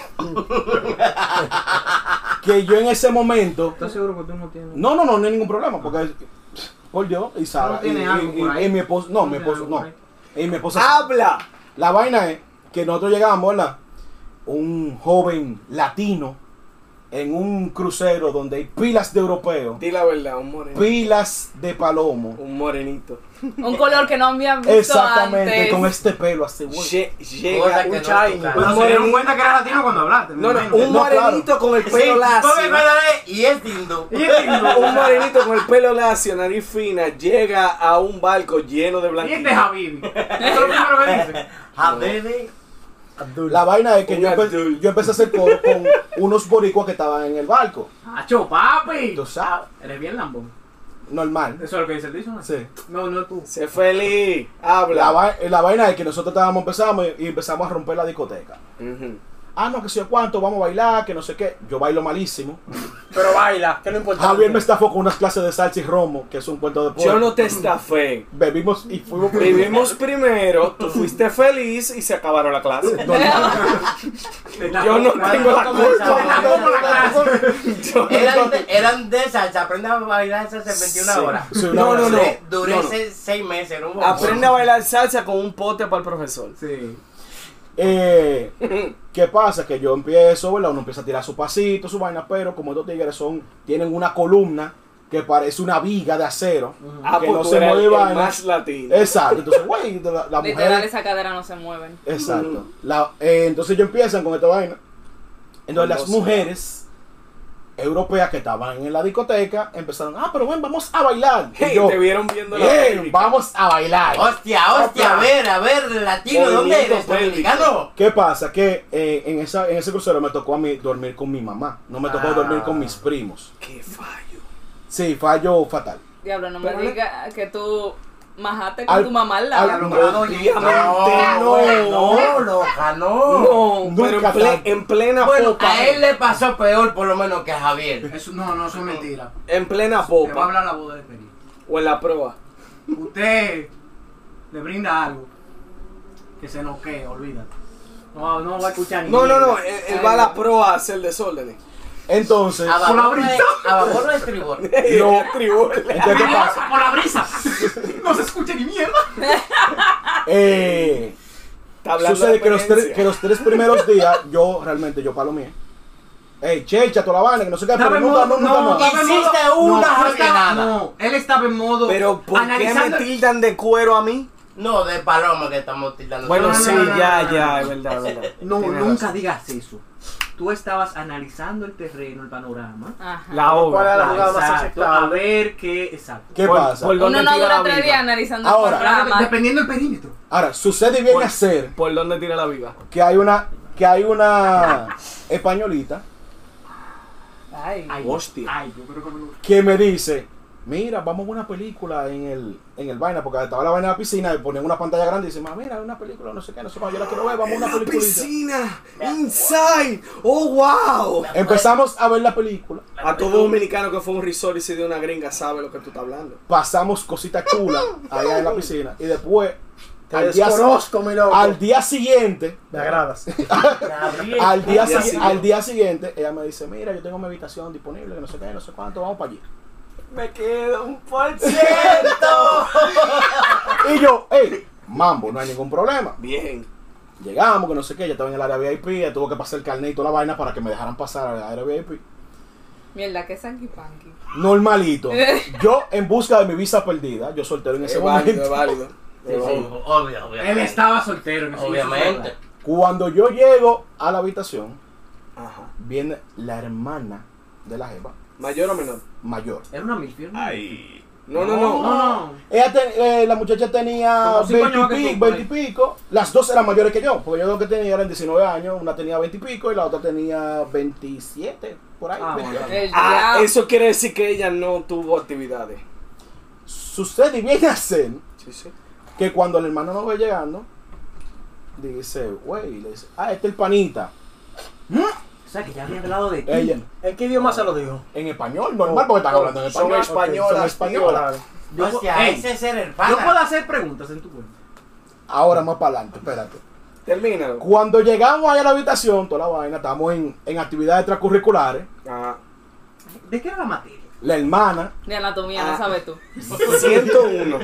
D: (laughs) que yo en ese momento
E: ¿Estás seguro que tú no tienes?
D: No, no, no, no hay ningún problema, porque por Dios, y Sara, y,
E: tiene
D: y-
E: algo por
D: y-
E: ahí?
D: y mi esposo, no,
E: ¿No
D: mi
E: tiene
D: esposo,
E: algo
D: no,
E: por
D: y mi esposa,
B: ¡Habla!
D: la vaina es que nosotros llegamos, ¿verdad? Un joven latino en un crucero donde hay pilas de europeos,
B: Di la verdad, un morenito.
D: pilas de palomo,
B: Un morenito.
F: Un color que no habían visto
D: exactamente,
F: antes.
D: con este pelo así, güey.
B: Lle-
C: Cosa
B: Llega
C: que
B: un
C: no
B: chino.
C: toca.
E: Pero
B: Un
E: se dieron
B: morenito.
E: cuenta que era latino cuando hablaste. me
B: No, no,
E: imagino.
B: un
D: No, claro.
B: morenito con el
C: Sí,
B: pelo lacio.
C: come verdadero y es hindú.
B: (laughs) Un morenito con el pelo lacio, nariz fina, llega a un barco lleno de
E: ¿Y este
B: blanquitos.
E: Javier? Eso es lo primero que dice.
C: Habibi.
D: La vaina es que
B: Un
D: yo, empe-
B: Abdul.
D: yo empecé a hacer coro con (laughs) unos boricuas que estaban en el barco,
E: ¡Acho, papi!
D: Tú sabes.
E: Eres bien lambón.
D: normal,
E: Eso es lo que dice el diccionario.
D: sí.
E: No, no tú.
B: Sé feliz,
D: La,
B: habla.
D: vai- la vaina es que nosotros estábamos empezamos y empezamos a romper la discoteca.
B: Ujú.
D: Ah, no, que sé yo cuánto, vamos a bailar, que no sé qué. Yo bailo (laughs) malísimo.
I: Pero baila, que no importa.
D: Javier me estafó con unas clases de salsa y romo, que es un cuento de porno.
B: Yo no te estafé.
D: Bebimos y fuimos (laughs)
B: Vivimos primero, tú fuiste feliz y se acabaron la
D: (laughs)
B: clase.
D: No, no,
B: Yo no tengo la culpa.
E: Como la clase.
B: Yo-
C: Eran de, eran de salsa, aprende a bailar salsa en 21
B: Sí.
C: horas.
D: Sí,
B: No, no, no.
C: Duré, duré
B: No, no.
C: se- seis meses en un bombón.
B: Aprende a bailar salsa con un pote para el profesor.
E: Sí.
D: Eh, ¿Qué pasa? Que yo empiezo, ¿verdad? Uno empieza a tirar su pasito, su vaina, pero como estos tigres son, tienen una columna que parece una viga de acero.
B: Ah,
D: Que
B: pues
D: no
B: tú
D: se
B: eras el-
D: mueve
B: el
D: vaina. Eh,
B: más (laughs) latino.
D: Exacto. Entonces, güey, la, la
F: Literal,
D: mujer.
F: esa cadera no se mueven.
D: Exacto. La- eh, entonces ellos empiezan con esta vaina. Entonces las
B: Hermoso.
D: mujeres europeas que estaban en la discoteca empezaron, ah, pero ven, vamos a bailar. Y
B: Hey,
D: yo,
B: te vieron viendo la Ah,
D: bien,
B: película.
D: vamos a bailar.
C: Hostia, hostia, a ver, a ver, latino, ¿dónde
B: Movimiento
C: eres?
B: pélvico.
C: ¿Dominicano?
D: ¿Qué pasa? Que eh, en, esa, en ese crucero me tocó a mí dormir con mi mamá. No me tocó
E: Ah.
D: dormir con mis primos.
B: Qué fallo.
D: Sí, fallo fatal.
F: Diablo, no me
B: Pero-
F: digas que tú majaste con
D: Al-
F: tu mamá al
D: al-
F: lado.
G: la doña.
C: Ah,
B: Obviamente
D: no.
C: no, no, loca. Ah,
B: No,
C: no.
B: pero en,
D: Nunca
B: ple-
D: tanto.
B: en plena
C: Bueno,
B: popa.
C: a él le pasó peor por lo menos que a Javier.
G: Eso, no, no, eso es mentira.
B: En plena
G: Le va a
B: popa.
G: hablar la voz de experiencia.
B: O en la proa.
G: Usted le brinda algo que se noquee, olvídate.
E: No, no va a escuchar ni
B: No, eh, no,
E: mierda.
B: no. Él, él va a la proa a hacer desórdenes. (laughs)
D: Entonces,
C: A
E: Con la
C: babor
E: brisa.
C: de- a babor de estribor.
D: No.
B: Tribol.
D: entonces, ¿qué
E: (laughs)
D: pasa?
G: ¡Por la brisa! (laughs) ¡No se escucha ni mierda!
D: Eh,
B: Está hablando
D: sucede
B: de
D: que los, tres,
B: experiencia.
D: que los tres primeros días yo realmente yo palomé. Ey, checha, toda la vaina, que no sé qué, pero
G: Estaba en
D: nunca,
G: modo-
D: nunca, nunca.
G: estaba en modo-
C: Hiciste
G: no,
C: una
G: no estaba-
C: jardinada.
G: No, él estaba en modo
B: Pero ¿por qué me
G: analizando.
B: tildan de cuero a mí?
C: No, de paloma que estamos tirando.
B: Bueno,
G: no, no,
B: sí,
G: no, no,
B: ya,
G: no, no,
B: ya,
G: no.
B: es verdad, es verdad.
G: No,
B: Tienes
G: nunca
B: razón.
G: digas eso. Tú estabas analizando el terreno, el panorama.
F: Ajá.
B: (laughs) La
I: ¿Cuál era
B: obra.
I: la jugada más
G: exacto, a
I: aceptable?
G: ver qué. Exacto.
D: ¿Qué
B: Por-
D: pasa?
B: por-
F: Uno
B: ¿Dónde
F: no
B: tira
F: dura
B: la
F: tres
B: viva?
F: días analizando el
D: Ahora.
G: Claro,
F: programa.
G: dependiendo del perímetro.
D: Ahora, sucede bien
B: Por-
D: hacer
B: ¿Por dónde tira la viva?
D: que hay una que hay una españolita
G: Ay,
B: Hostia.
G: Ay, yo creo que me lo.
D: que me dice, mira, vamos a una película en el, en el vaina, porque estaba la vaina de la piscina y ponen una pantalla grande y dice, "Ma, mira, hay una película, no sé qué, no sé cuál, yo la quiero ver, vamos a una
B: La
D: película.
B: piscina, inside, oh wow.
D: Empezamos a ver la película,
B: A todo dominicano que fue a un resort y se dio una gringa sabe lo que tú estás hablando.
D: pasamos cositas chulas allá
B: (laughs)
D: en la piscina y después,
I: Te
D: al día,
I: desconozco, mi loco.
D: al día siguiente,
I: Me agradas.
C: Javier.
D: al día,
B: Al día
D: sigui-
B: siguiente.
D: al día siguiente, ella me dice, mira, yo tengo mi habitación disponible, que no sé qué, no sé cuánto, vamos para allí.
B: Me queda un por ciento.
D: Y yo, hey, mambo, no hay ningún problema.
B: Bien.
D: Llegamos, que no sé qué, ya estaba en el área VIP, ya eh, tuvo que pasar el carnet y toda la vaina para que me dejaran pasar al área VIP.
F: Mierda, que sanky panky.
G: (laughs)
D: Normalito. Yo en busca de mi visa perdida, yo soltero en ese
B: Es válido, es
D: momento.
B: válido.
C: Sí, sí, obvio, obvio.
G: Él estaba soltero en ese
C: Obviamente.
D: Cuando yo llego a la habitación,
B: Ajá.
D: viene la hermana de la jefa
B: ¿Mayor o menor?
D: mayor.
G: Era una milfierna.
B: No, no,
G: No,
B: no.
G: no.
D: Ella te- eh, la muchacha tenía
G: Como cinco
D: 20 y,
G: años más que
D: pico,
G: tú, por ahí.
D: 20 y pico. Las dos eran mayores que yo, porque yo lo que tenía eran 19 años, una tenía 20 y pico y la otra tenía 27, por ahí.
G: Ah,
D: 28.
G: bueno.
F: El
B: Ah,
F: diablo.
B: eso quiere decir que ella no tuvo actividades.
D: Sucede y viene a ser
B: Sí, sí.
D: que cuando el hermano nos ve llegando, dice, güey, le dice, ah, este es el panita.
E: O sea, que ya había hablado de ti.
D: Ella,
I: ¿En qué idioma se lo dijo?
D: en español, normal, porque están hablando en
B: Son
D: español.
B: españolas,
D: Son españolas.
I: Claro.
E: Yo,
C: Hostia,
E: ey,
C: ese es el
E: yo puedo
C: pana.
E: hacer preguntas en tu cuenta.
D: Ahora más para adelante, espérate.
B: Termínalo.
D: Cuando llegamos allá a la habitación, toda la vaina, estamos en, en actividades extracurriculares.
B: Ah,
E: ¿De qué era la materia?
D: La hermana
F: De anatomía,
B: Ah.
F: no sabes
B: (laughs)
F: tú.
B: 101.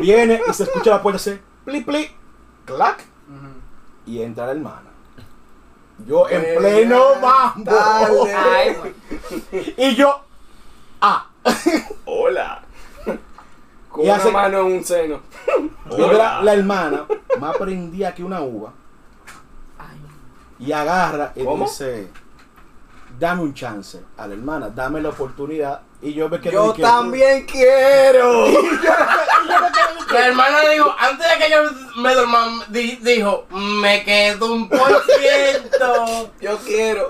D: viene y se escucha la puerta hacer pli pli, clac, y entra la hermana. Yo en
B: Buenas
D: pleno mambo.
B: tardes.
F: Ay, bueno.
D: Y yo, ah, (laughs)
B: Hola. Con
D: Y
B: una
D: hace-
B: mano en un seno.
D: Yo veo la, la hermana más prendida aquí una uva y agarra y
B: ¿Cómo?
D: dice, dame un chance a la hermana, dame la oportunidad. Y yo me quedé
B: Yo
D: que-
B: también
D: (laughs)
B: quiero.
C: La hermana dijo, antes de que yo me duerma, di- dijo, me quedo un por
B: (laughs)
C: ciento.
B: Yo quiero.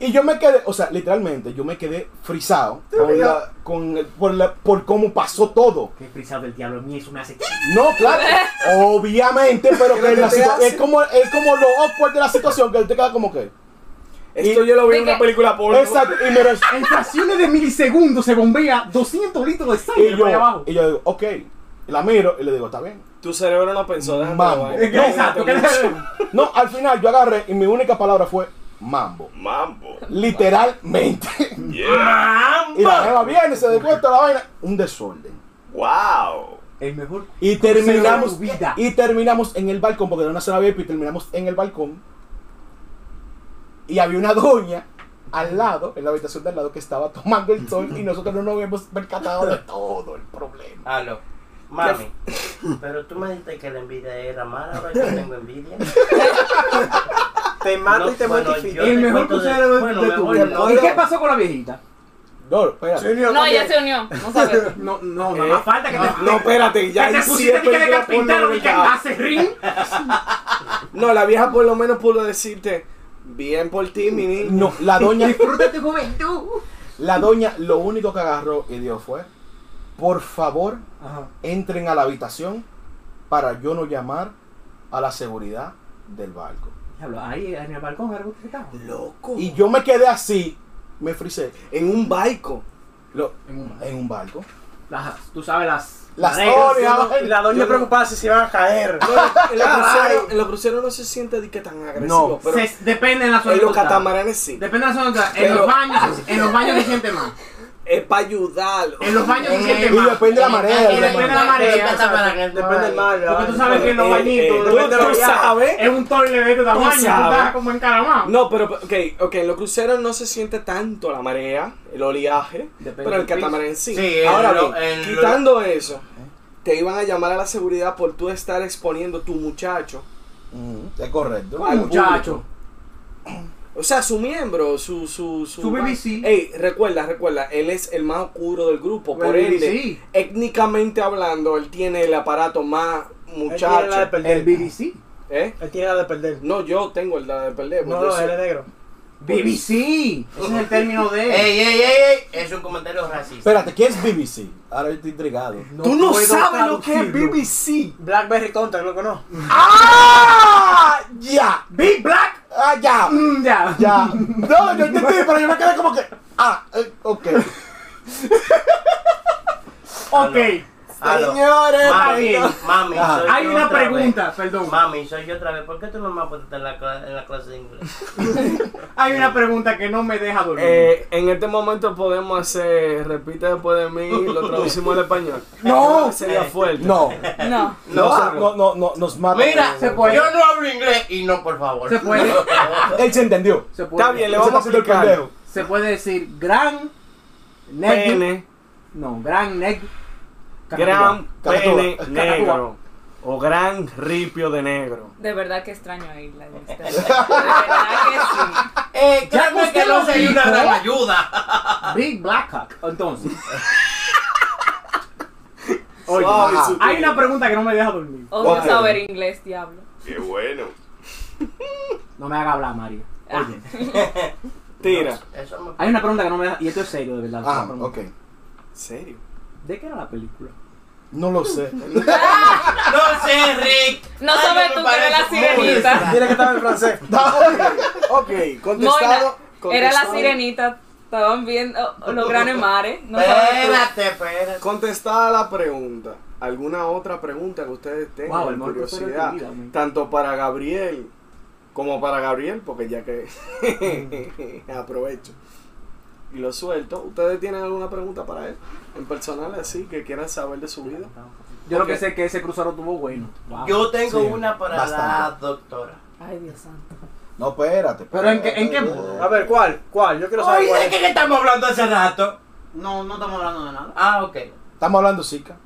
D: Y yo me quedé, o sea, literalmente, yo me quedé frisado con la- con el- por, la- por cómo pasó todo.
E: Qué frisado del diablo, a mí eso me hace.
D: No,
B: (laughs)
D: claro, obviamente, pero
B: ¿Qué
D: que
B: es lo
D: la
B: que te
D: situa-
B: hace?
D: es como, es como lo awkward de la situación, que él te queda como que.
B: Esto yo lo vi en
F: ¿De
B: una
F: qué?
B: película porno.
D: Exacto, y, me res-
E: En fracciones de milisegundos se bombea 200 litros de
D: y
E: sangre para
D: yo,
E: abajo.
D: y yo digo, ok, Y la miro y le digo, está bien.
B: Tu cerebro no pensó. déjate
D: Mambo.
B: de vaina.
E: Exacto, ¿qué le-
D: No, al final yo agarré y mi única palabra fue mambo.
B: Mambo.
D: Literalmente. Y la jeva viene, se descuesta la vaina. Un desorden.
B: Wow.
E: El mejor.
D: Y terminamos,
E: Consejo de tu vida.
D: y terminamos en el balcón, porque era una zona VIP, y terminamos en el balcón. Y había una doña al lado, en la habitación de al lado, que estaba tomando el sol y nosotros no nos habíamos percatado de todo el problema.
C: Aló, mami, pero tú me dijiste que la envidia
I: (laughs)
C: era mala, ahora yo tengo envidia.
I: Te mata
C: No,
I: y te
C: bueno,
I: mortifica.
C: yo
E: El
C: te
E: mejor
C: cuento de-
E: crucero de,
C: bueno,
E: de tu
C: mejor
E: vida.
C: no.
E: ¿Y qué pasó con la viejita?
D: No, espérate.
F: No, ya se unió.
B: (laughs)
F: No sabes.
E: No, no,
B: Eh,
E: nada más falta
D: Ah.
E: que te,
B: No, espérate, ya
E: que te
B: hay
E: pusiste
B: siete
E: que de
B: películas porno
E: carpintero y que
B: dedicadas.
E: hace ring.
B: No, la vieja por lo menos pudo decirte, bien por ti, mi niño.
D: No, la doña,
E: Disfruta tu juventud.
D: la doña lo único que agarró y dio fue, por favor, entren a la habitación para yo no llamar a la seguridad del barco.
E: Diablo, ahí en el balcón era que usted estaba.
B: Loco.
D: Y yo me quedé así, me frisé.
B: en un baico.
D: Lo-
E: En un-
D: en un barco.
E: Las, tú sabes las.
D: Las
E: maneras.
D: orejas.
I: Oh, Y la doña
D: Yo no-
I: preocupada si se iban a caer.
D: (laughs)
B: En los cruceros, en los cruceros no se siente de que tan agresivo,
D: No,
B: pero
E: Se- depende de la zona
B: en los
E: que tú estás.
B: catamaranes sí.
E: Depende de la zona que tú estás. En
B: Pero-
E: los baños, en los baños se siente más.
B: Es para ayudar.
E: En los baños
B: Eh,
E: se siente
D: Y
E: más.
B: pues,
D: depende de
C: Ah,
D: la marea.
E: Y depende de la marea.
I: Depende del mar. la
E: Porque tú
I: vaina.
E: sabes que en los
B: Eh, eh,
E: bañitos.
B: tú-
E: los-
B: tú
E: los-
B: sabes.
E: Es un toile de este tamaño. Tú estás
B: sabes.
E: como encaramado.
B: No, pero ok, ok, en los cruceros no se siente tanto la marea, el oleaje,
E: Depende
B: pero el
E: del piso.
B: catamarán sí.
C: Sí,
B: Ahora
C: el-
B: bien,
C: el-
B: quitando eso, te iban a llamar a la seguridad por tú estar exponiendo tu muchacho
D: Ujú, Mm, Es correcto.
B: al
E: Muchacho.
B: público. O sea, su miembro, su su su,
E: Su BBC.
B: Ey, recuerda, recuerda, él es el más oscuro del grupo, por
E: El
B: ende,
E: BBC.
B: étnicamente hablando, él tiene el aparato más
I: Él tiene la de
B: muchacho.
I: perder.
E: BBC.
B: ¿Eh?
I: Él tiene la de perder.
B: No, yo tengo el de perder.
I: No,
B: porque yo
I: no,
B: soy-
I: él es negro.
E: BBC. Ese es el término de.
C: Ey, ey, ey, ey, es un comentario racista.
D: Espérate, ¿qué es BBC? Ahora yo estoy intrigado.
B: Tú no
E: puedo
B: sabes lo que es
E: traducirlo.
B: BBC.
I: Blackberry Contact, loco, no.
D: ¡Ah! ¡Ya!
E: Big Black.
D: ¡Ah, ya!
E: Mm, Ya.
D: ¡Ya! No, yo entendí, pero yo me quedé como que. ¡Ah! eh, ok.
E: Ok.
C: Aló.
D: Señores,
C: Mami,
D: no.
C: mami,
D: Ajá.
C: soy
E: Hay
C: yo
E: una
C: otra
E: pregunta,
C: vez.
E: perdón.
C: Mami, soy yo otra vez. ¿Por qué tú no me has puesto en la, cla- en la clase de inglés?
E: Hay una pregunta que no me deja dormir.
B: Eh, en este momento podemos hacer, repite después de mí, (laughs) lo traducimos al español.
D: No.
B: sería fuerte.
D: No,
F: No.
D: no, se- no, no, no, nos mata.
C: Mira,
E: se puede.
C: yo no hablo inglés y no, por favor.
E: se puede.
D: (laughs) Él se entendió.
E: Se puede.
B: Está bien, le
D: Él se
B: vamos a
D: está haciendo el
B: explicar.
D: pendejo.
E: Se puede decir gran negro.
B: Pene,
E: No, gran negro.
B: gran
D: Cacatúa.
B: pene
D: Cacatúa.
B: negro o gran ripio de negro.
F: De verdad que extraño
B: (laughs)
F: a Isla. De verdad que sí.
C: Eh,
E: Ya
C: créeme
E: usted
C: que no
E: lo
C: soy una
E: dijo.
C: gran ayuda.
E: (laughs) Big Black Cock. Entonces,
B: Oye, ah,
D: Suave,
B: ajá.
E: hay una pregunta que no me deja dormir.
F: Odio
D: Ok.
F: saber inglés, diablo.
J: Qué bueno.
E: No me haga hablar, Mario.
F: Ah,
E: Oye,
B: tira.
C: Eso me...
E: hay una pregunta que no me deja. Y esto es serio, de verdad.
D: Ah,
E: Una
D: ok.
E: pregunta.
B: ¿Serio?
E: ¿De qué era la película?
D: No lo sé.
C: No sé, Rick.
F: No
C: Ay,
F: sabes
C: me
F: tú que era la
C: parece muy
F: sirenita.
I: Tiene que estar en francés.
B: Ok,
F: Moina,
B: contestado.
F: era la
B: contestado-
F: sirenita. Estaban viendo oh,
B: (laughs)
F: los granos en mares. No sabes tú.
C: Espérate, espérate.
B: Contestada la pregunta. ¿Alguna otra pregunta que ustedes tengan?
E: Wow, el mejor crucero de tu
B: Eh, curiosidad.
E: vida, man.
B: tanto para Gabriel como para Gabriel, porque ya que Mm. (laughs) aprovecho y lo suelto. ¿Ustedes tienen alguna pregunta para él? En personal, así que quieran saber de su vida.
E: Yo lo que
B: Ok.
E: sé es que ese cruzado tuvo bueno. Wow.
C: Yo tengo
D: Sí,
C: una para la
D: bastante.
C: doctora.
F: Ay, Dios santo.
D: No, espérate.
E: Pero en qué- en qué-
D: espérate.
I: A ver, ¿cuál? ¿Cuál? Yo quiero saber
C: Oye,
I: cuál
C: ¿de
I: es.
C: qué que estamos hablando hace rato?
H: No, no estamos hablando de nada.
C: Ah, ok.
D: Estamos hablando, Zika.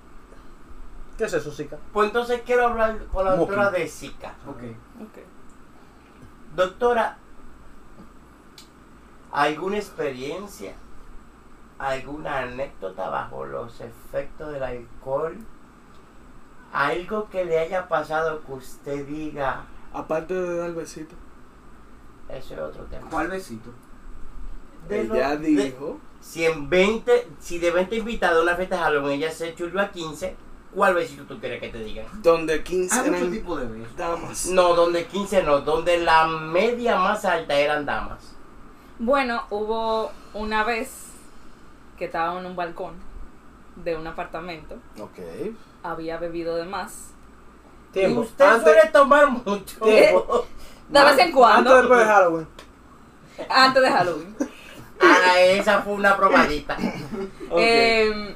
I: ¿Qué es eso, Zika?
C: Pues entonces quiero hablar con la
D: Moqui.
C: doctora de Zika.
E: Ok.
C: Doctora, ¿alguna experiencia, alguna anécdota bajo los efectos del alcohol? Algo que le haya pasado que usted diga,
B: Aparte de dar besito,
C: eso es otro tema.
E: ¿Cuál besito?
C: De lo-
B: ella
C: de-
B: dijo.
C: si en 20, si de 20 invitados a una fiesta de Halloween ella se chulió a 15, ¿cuál besito tú quieres que te digan?
B: Donde 15
E: Hay mucho
B: eran
E: tipo
H: (laughs)
E: de besos.
B: damas.
C: No, donde 15 no, donde la media más alta eran damas.
F: Bueno, hubo una vez que estaba en un balcón de un apartamento.
D: Ok.
F: Había bebido de más.
C: Y
I: Tiempo.
C: usted
I: antes,
C: suele tomar mucho.
I: Tiempo.
F: De vez en
I: antes
F: cuando.
I: después de Halloween.
F: Antes de
D: (laughs)
F: Halloween.
C: Ah, esa fue una probadita.
B: Ok.
F: Eh,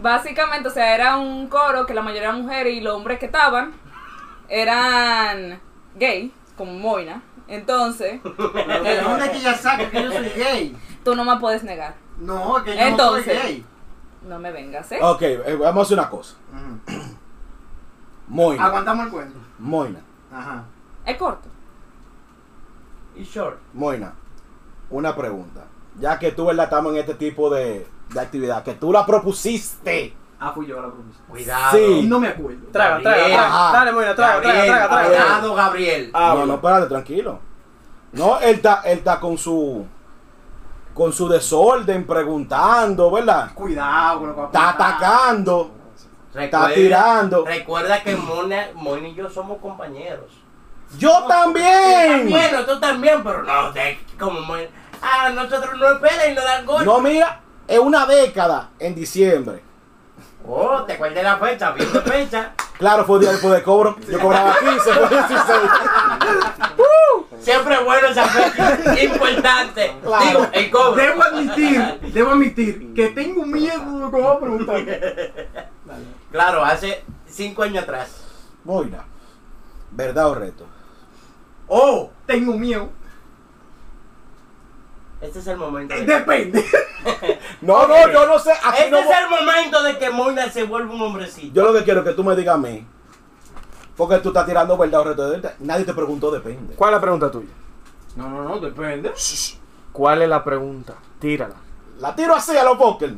F: básicamente, o sea, era un coro que la mayoría eran mujeres y los hombres que estaban eran gay, como Moina.
D: (laughs)
F: Entonces,
H: ¿De dónde es que ya saca que yo soy
E: (laughs)
H: gay?
F: tú no me puedes negar.
H: No, que yo no
F: Entonces.
H: soy gay.
F: No me vengas, ¿eh?
D: Ok, eh, vamos a hacer una cosa.
H: Ujú.
E: Ah,
D: Moina.
H: Aguantamos el cuento.
D: Moina.
H: Ajá.
F: Es corto.
C: Y short.
D: Moina. Una pregunta. Ya que tú, ¿verdad? Estamos en este tipo de, de actividad. Que tú la propusiste.
E: Ah, fui yo a la promesa.
C: Cuidado.
D: Sí.
E: No me acuerdo.
I: Traga, traga,
C: Gabriel.
I: traga. Dale, Moina, traga, traga,
C: Gabriel,
I: traga, traga.
C: Cuidado, Gabriel.
B: Ah,
D: No, no, espérate, tranquilo. No, él está, él está con su. Con su desorden, preguntando, ¿verdad?
H: Cuidado con lo que va a
E: Ah.
D: Está
H: contar.
D: atacando.
C: Recuerda-
D: tirando.
C: Recuerda que Mona, Mona y yo somos compañeros.
D: Yo también.
C: Bueno, tú también, pero no, de, como muy- Ah, nosotros no esperan y nos dan gol.
D: No, mira, es una década en diciembre.
C: Oh, te acuerdas la fecha, bien de fecha.
D: Claro, fue día después de cobro. Yo cobraba 15, fue 16.
C: Siempre es bueno esa
D: (laughs)
C: fecha, importante.
D: Claro.
C: Digo, el cobro.
K: Debo admitir, debo admitir que tengo miedo de a preguntar.
C: Claro, hace cinco años atrás.
D: Boina. ¿Verdad o reto?
C: Oh,
K: Tengo miedo.
C: este es el momento. de-
K: Depende.
D: No, no, yo no sé. Aquí
C: Este
D: no.
C: es el momento de que Moina se vuelva un hombrecito.
D: Yo lo que quiero es que tú me digas a mí. Porque tú estás tirando verdad o reto. ¿verdad? Nadie te preguntó, depende.
B: ¿Cuál es la pregunta tuya?
K: No, no, no, depende.
B: ¿Cuál es la pregunta? Tírala.
D: La tiro así a los póker.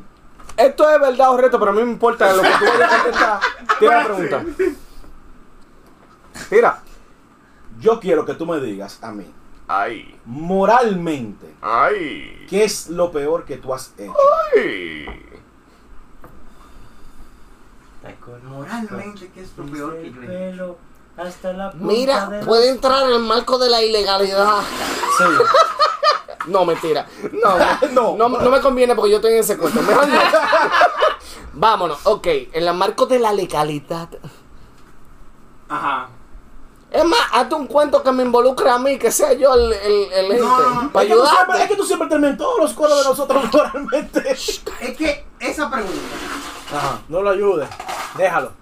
B: Esto es verdad o reto, pero a mí me importa lo que (laughs) tú vayas a contestar. Tira la pregunta. Tira.
D: Yo quiero que tú me digas a mí,
L: Ay,
D: moralmente,
L: ay,
D: ¿qué es lo peor que tú has hecho?
L: ay.
M: Moralmente, que es lo peor que yo he hecho.
C: Pelo hasta la punta de la-
N: entrar en el marco de la ilegalidad.
D: Sí.
N: No, mentira. No,
D: No.
N: no, no, no me conviene porque yo estoy en ese cuento. Mejor no. Vámonos, ok. En el marco de la legalidad.
K: Ajá.
N: Es más, hazte un cuento que me involucre a mí, que sea yo el, el, el ente, para
D: Es que, tú siempre, es
N: ayudarte.
D: que tú siempre terminas en todos los coros de nosotros (laughs) moralmente.
E: Es que esa pregunta,
D: Ajá.
A: No lo ayudes. Déjalo.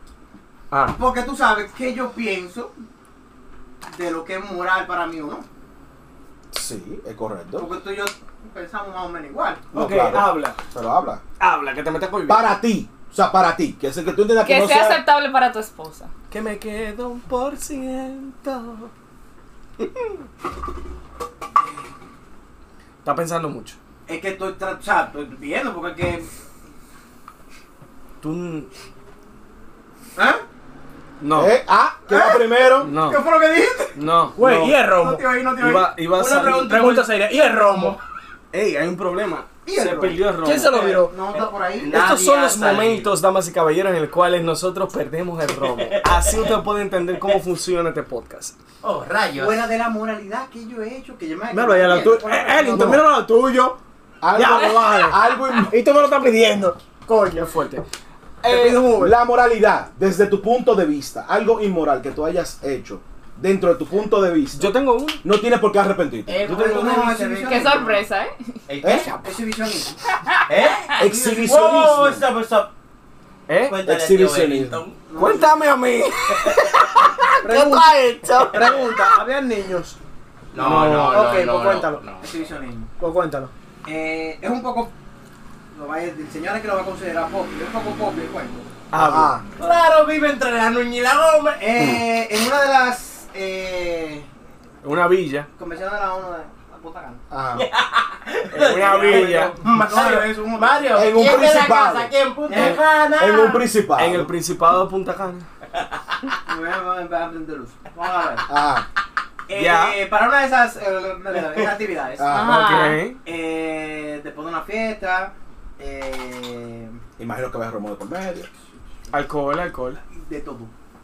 B: Ah,
E: porque tú sabes que yo pienso de lo que es moral para mí o no.
D: Sí, es correcto.
E: Porque tú y yo pensamos más o menos igual.
D: No,
B: ok,
D: claro.
B: habla.
D: Pero habla.
B: Habla, que te metes con
D: Para ti. O sea, para ti. Que, es el que tú entiendas Ah, que,
F: Que
D: no
F: sea
D: sea...
F: aceptable para tu esposa.
B: Que me quedo un por ciento. Está pensando mucho.
E: Es que estoy, tra- o sea, estoy viendo porque es que...
B: Tú. n- ¿Ah?
E: ¿Eh?
B: No.
D: ¿Eh? Ah, ¿qué va primero?
B: No.
E: ¿Qué fue lo que dijiste?
B: No.
A: Güey,
B: no.
A: y es
E: No
A: romo.
E: te oí, no te oí.
B: Iba, iba a
C: Una
B: salir.
C: pregunta.
A: Pregunta seria. ¿Y es romo?
B: Ey, hay un problema.
E: Y el
B: Se
E: romo.
B: perdió el romo.
A: ¿Quién se lo viró?
E: No, está por ahí.
C: Nadie
B: Estos son
C: ha
B: los
C: salido.
B: momentos, damas y caballeros, en los cuales nosotros perdemos el romo. Así usted puede entender cómo funciona este podcast.
C: Oh, rayos.
E: Fuera de la moralidad que yo he hecho, que yo me...
A: Míralo ya, lo tuyo. Eh, Ellington, míralo lo tuyo.
D: Algo,
A: Ya, vale.
D: algo in-
A: Y tú me lo estás pidiendo. Coño.
B: Qué fuerte.
D: Eh,
A: Te pido un Uber.
D: La moralidad, desde tu punto de vista, algo inmoral que tú hayas hecho, dentro de tu punto de vista,
B: Yo tengo uno.
D: no tienes por qué arrepentirte.
C: Eh,
E: Yo tengo
C: bueno,
E: una
C: se ve-
E: exhibición.
F: Qué sorpresa, ¿eh?
C: ¿Eh?
D: ¿Eh?
E: Exhibicionismo.
C: ¿Eh?
D: Exhibicionismo.
C: Wow, stop, stop.
B: ¿Eh?
C: Cuéntale, tío
D: Exhibicionismo.
C: Wellington.
B: Cuéntame a mí.
N: ¿Qué tú has hecho?
A: Pregunta, ¿habían niños?
C: No, no, no. no
A: Ok, pues
C: no,
A: cuéntalo.
C: no.
E: Exhibicionismo.
A: Pues cuéntalo.
E: Eh, es un poco... Lo vaya, el señor es que lo va a considerar pop. Es un poco pop el cuento.
D: Ah,
C: Claro, vive entre la nuña y la goma.
E: Eh, en una de las... Eh,
B: Una villa.
E: convenciones de la ONU de... La puta gana.
F: (laughs)
D: ah.
B: Eh, Una villa.
E: Mario, es un-
C: Mario,
D: En un
C: ¿quién de la
D: principado.
C: casa? ¿Quién punta
E: Eh,
C: Cana?
D: En un principal.
B: En el Principado de Punta Cana.
E: Me voy a- me voy a aprender luz. Vamos a ver.
D: Ah,
E: Eh,
B: Ya.
E: Para una de esas, eh, de esas actividades.
D: ah.
F: Ajá.
B: Ok.
E: Eh, después de una fiesta, eh,
D: Imagino que ves romo de por medio.
B: Alcohol, alcohol.
E: de todo.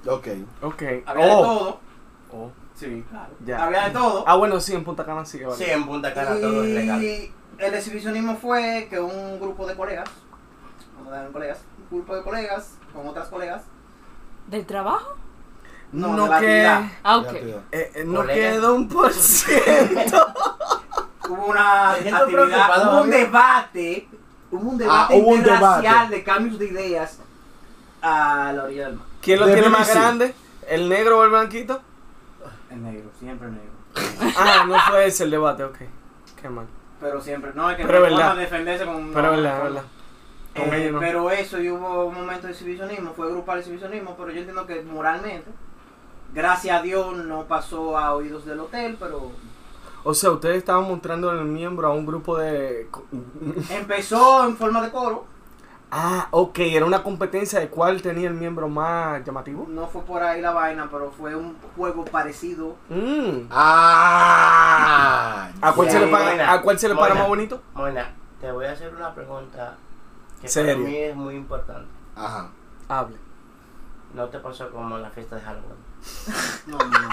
D: Ok.
B: Ok.
E: Había de
B: Oh.
E: todo.
B: Oh.
E: Sí, claro.
B: Ya.
E: Había de todo.
B: Ah, bueno, sí, en Punta Cana sí que vale.
C: Sí, en Punta Cana todo es legal.
E: y el exhibicionismo fue que un grupo de colegas, vamos a dar en colegas, un grupo de colegas con otras colegas,
F: ¿Del trabajo?
E: no,
B: No
E: de la
B: que-
E: actividad.
F: Ah,
D: Ya te
F: ok.
D: digo.
B: Eh, eh, no
C: Colega.
B: queda un por ciento.
E: Hubo (laughs) una
C: Me siento
E: actividad,
C: preocupado,
E: hubo un
C: Javier.
E: debate, ¿eh? Ah, hubo un debate
D: hubo un
E: interracial
D: debate.
E: de cambios de ideas a la orilla del mar.
B: ¿Quién lo
D: De
B: tiene más
D: Belice.
B: grande? ¿El negro o el blanquito?
E: El negro, siempre el negro.
B: Ah, no fue ese el debate, ok. Qué mal.
E: Pero siempre, no, es que
B: Pero
E: no
B: es verdad.
E: van a defenderse con...
B: Pero es
E: no,
B: verdad, es
E: con-
B: verdad. Con
E: Eh,
B: ellos no.
E: Pero eso, y hubo un momento de exhibicionismo, fue grupal exhibicionismo, pero yo entiendo que moralmente, gracias a Dios no pasó a oídos del hotel, pero
B: O sea, ustedes estaban mostrando el miembro a un grupo de. co-
E: empezó en forma de coro,
B: Ah, ok, era una competencia de cuál tenía el miembro más llamativo.
E: no fue por ahí la vaina, pero fue un juego parecido.
B: Mm.
D: Ah.
B: ¿A cuál se le
C: Sí,
B: para,
C: buena,
B: ¿a cuál se le para
C: buena.
B: más bonito?
C: Mona, te voy a hacer una pregunta que
B: Serio.
C: para mí es muy importante.
D: Ajá.
B: Hable.
C: No te pasó como en la fiesta de Halloween.
E: No, no, no.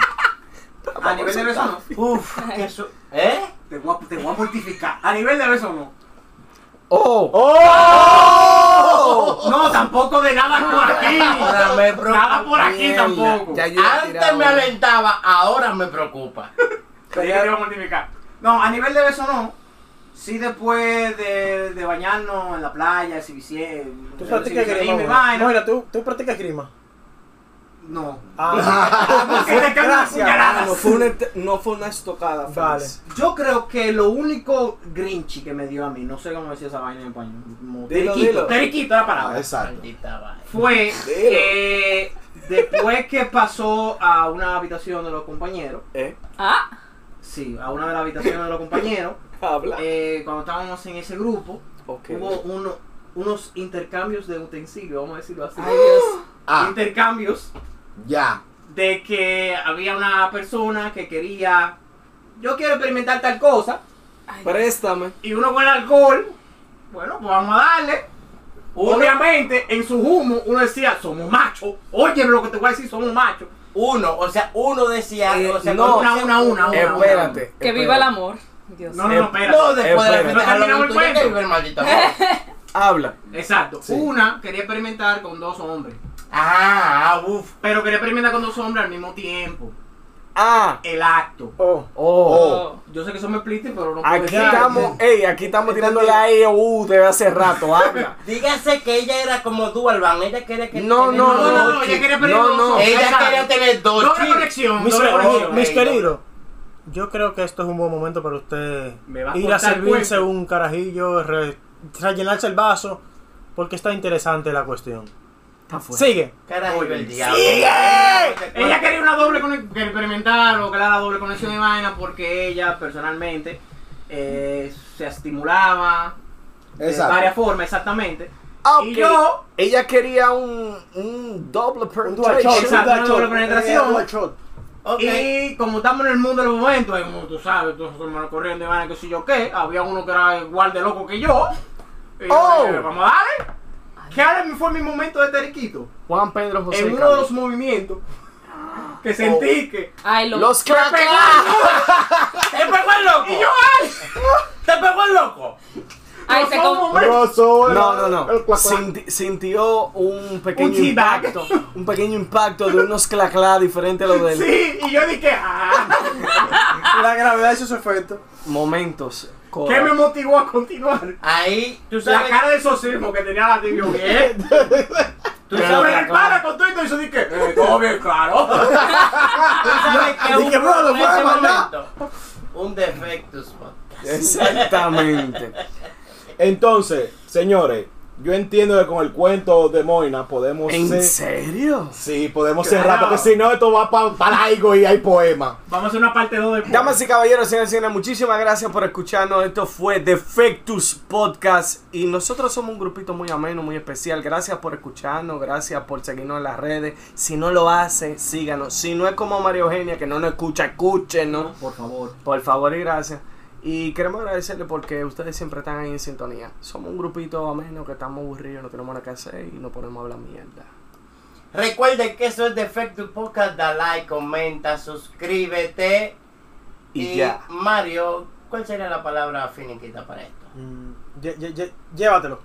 E: A nivel de beso no.
C: Uf, que su- ¿Eh?
E: Te voy, a, te voy a mortificar. A nivel de beso no.
N: ¡Oh!
E: No, tampoco de nada por aquí.
C: Ahora me preocupa.
E: Nada por aquí tampoco.
O: Ya
E: Te
O: yo he
C: Antes
O: tirado.
C: me alentaba, ahora me preocupa.
E: dije que te iba a mortificar. No, a nivel de beso no. Sí, después de, de bañarnos en la playa, si
A: Tú practicas grima. güey.
E: vaina.
A: Moira, tú, tú practicas grima.
E: No.
A: Ah,
E: Que te quedan las
A: gracias.
E: puñaladas.
B: No fue una, est- no fue una estocada,
A: Vale.
B: Félix.
E: Yo creo que lo único grinchy que me dio a mí, no sé cómo decía esa vaina en español. como
B: Dilo, dilo.
E: Periquito, periquito la
A: Ah,
E: palabra.
D: Ah, Exacto.
C: Maldita vaina.
E: Fue que después que pasó a una habitación de los compañeros,
B: ¿Eh?
F: Ah,
E: sí, a una de las habitaciones de los compañeros,
B: Habla.
E: eh, cuando estábamos en ese grupo,
B: Ok.
E: hubo uno- unos intercambios de utensilios, vamos a decirlo así.
N: Ah,
E: Intercambios
N: ya.
E: de que había una persona que quería, yo quiero experimentar tal cosa,
B: Préstame.
E: y uno con el alcohol, bueno, pues vamos a darle. Obviamente, en su humo, uno decía, somos machos. Oye, lo que te voy a decir, somos machos.
C: Uno, o sea, uno decía,
B: Eh,
C: o sea,
B: no,
C: con
E: Una, una, una, una.
B: Espérate.
F: que viva el amor. Dios.
E: No, no, no, espérate.
C: No, después de la
B: Espera.
C: fiesta
E: Terminamos
C: Halloween,
E: el
C: tú ya
E: cuento.
C: que vive el maldito amor.
B: Habla.
E: Exacto.
D: Sí.
E: Una quería experimentar con dos hombres.
C: Ah, uff.
E: Pero quería experimentar con dos hombres al mismo tiempo.
B: Ah.
E: El acto.
A: Oh,
D: Oh.
F: Oh.
E: Yo sé que eso me explica, pero no puedo
B: Aquí
E: decir.
B: estamos, ey, aquí estamos tirándole a E IOU desde hace rato, habla.
C: Dígase que ella era como Dualban, ella quería que.
D: No,
C: tener
D: no,
E: No,
C: dos
E: no, no,
C: chicos.
E: ella quería perder
D: No,
E: dos
D: no.
E: hombres.
C: Ella
E: Exacto.
C: quería tener dos
E: Doble
C: chicos.
E: conexión,
A: Mis,
E: doble
A: oh,
E: conexión.
A: mis
C: Ahí,
A: queridos, yo creo que esto es un buen momento para usted
E: Me va a
A: ir a
E: cortar el
A: servirse
E: cuento.
A: un carajillo, re- rellenarse el vaso, porque está interesante la cuestión.
E: Pues (laughs)
A: Sigue.
C: Carajo,
E: Oye,
C: el diablo.
E: Ella quería una doble conexión, que experimentar o que le haga doble conexión de vaina porque ella personalmente eh, se estimulaba de varias
D: Exacto.
E: formas, exactamente.
N: Ah,
E: Y
N: ok.
E: yo,
N: Ella quería un, un doble
A: dual shot,
N: penetration.
E: Exacto,
A: dual
E: una
A: shot,
E: doble
A: un
B: Eh,
E: penetración.
A: dual shot.
C: Ok.
E: y como estamos en el mundo del momento, eh, como tú sabes, todos somos corriendo de vaina, que sé yo qué, había uno que era igual de loco que yo. Y yo,
N: Oh.
E: eh, vamos a darle. Que ahora fue mi momento de teriquito.
N: Juan Pedro José.
E: en
N: Oh.
E: uno de
N: Carlos.
E: los movimientos que sentí que.
F: Ay, lo.
N: Los cracas.
C: ¿Te pegó el loco?
E: Y yo, (laughs) ¡ay!
C: ¿Te pegó el loco?
F: Ay,
E: no
F: se
E: somos
F: con-
E: hombres.
B: No, no, no. Sinti- sintió un
E: Un
B: pequeño
E: teabag.
B: impacto. Un pequeño impacto de unos claclá diferente a lo del.
E: Sí, y yo dije, ¡ah!
A: La gravedad de sus efectos.
B: Momentos.
E: ¿Qué me motivó a continuar?
C: Ahí, tú
E: La
C: sabes.
E: cara de socismo que tenía la tibio, ¿qué?
C: Tú
E: Pero
C: sabes,
E: el pana con todo esto, y yo dije, eh, todo bien claro.
C: tú sabes que
D: Dije,
C: hubo
D: bro, lo
C: en
D: voy a
C: ese
D: mandar.
C: momento Un defecto, Spot.
B: (laughs) Exactamente.
D: Entonces, señores, yo entiendo que con el cuento de Moina podemos
B: ¿En
D: cer-
B: serio?
D: Sí, podemos
E: Claro.
D: cerrar, porque si no, esto va para algo y hay poema.
E: Vamos a hacer una parte 2 del
B: Damas y caballeros, señoras y señores, muchísimas gracias por escucharnos. Esto fue Defectus Podcast. Y nosotros somos un grupito muy ameno, muy especial. Gracias por escucharnos, gracias por seguirnos en las redes. Si no lo hace, síganos. Si no es como María Eugenia, que no nos escucha, escúchenos.
E: Por favor.
B: Por favor y gracias. Y queremos agradecerle porque ustedes siempre están ahí en sintonía. Somos un grupito ameno que estamos aburridos, no tenemos nada que hacer y nos ponemos a hablar mierda.
C: Recuerden que eso es Defecto Podcast. Da like, comenta, suscríbete.
B: Y ya.
C: Mario, ¿cuál sería la palabra finiquita para esto?
A: Mm, lle- lle- lle- llévatelo.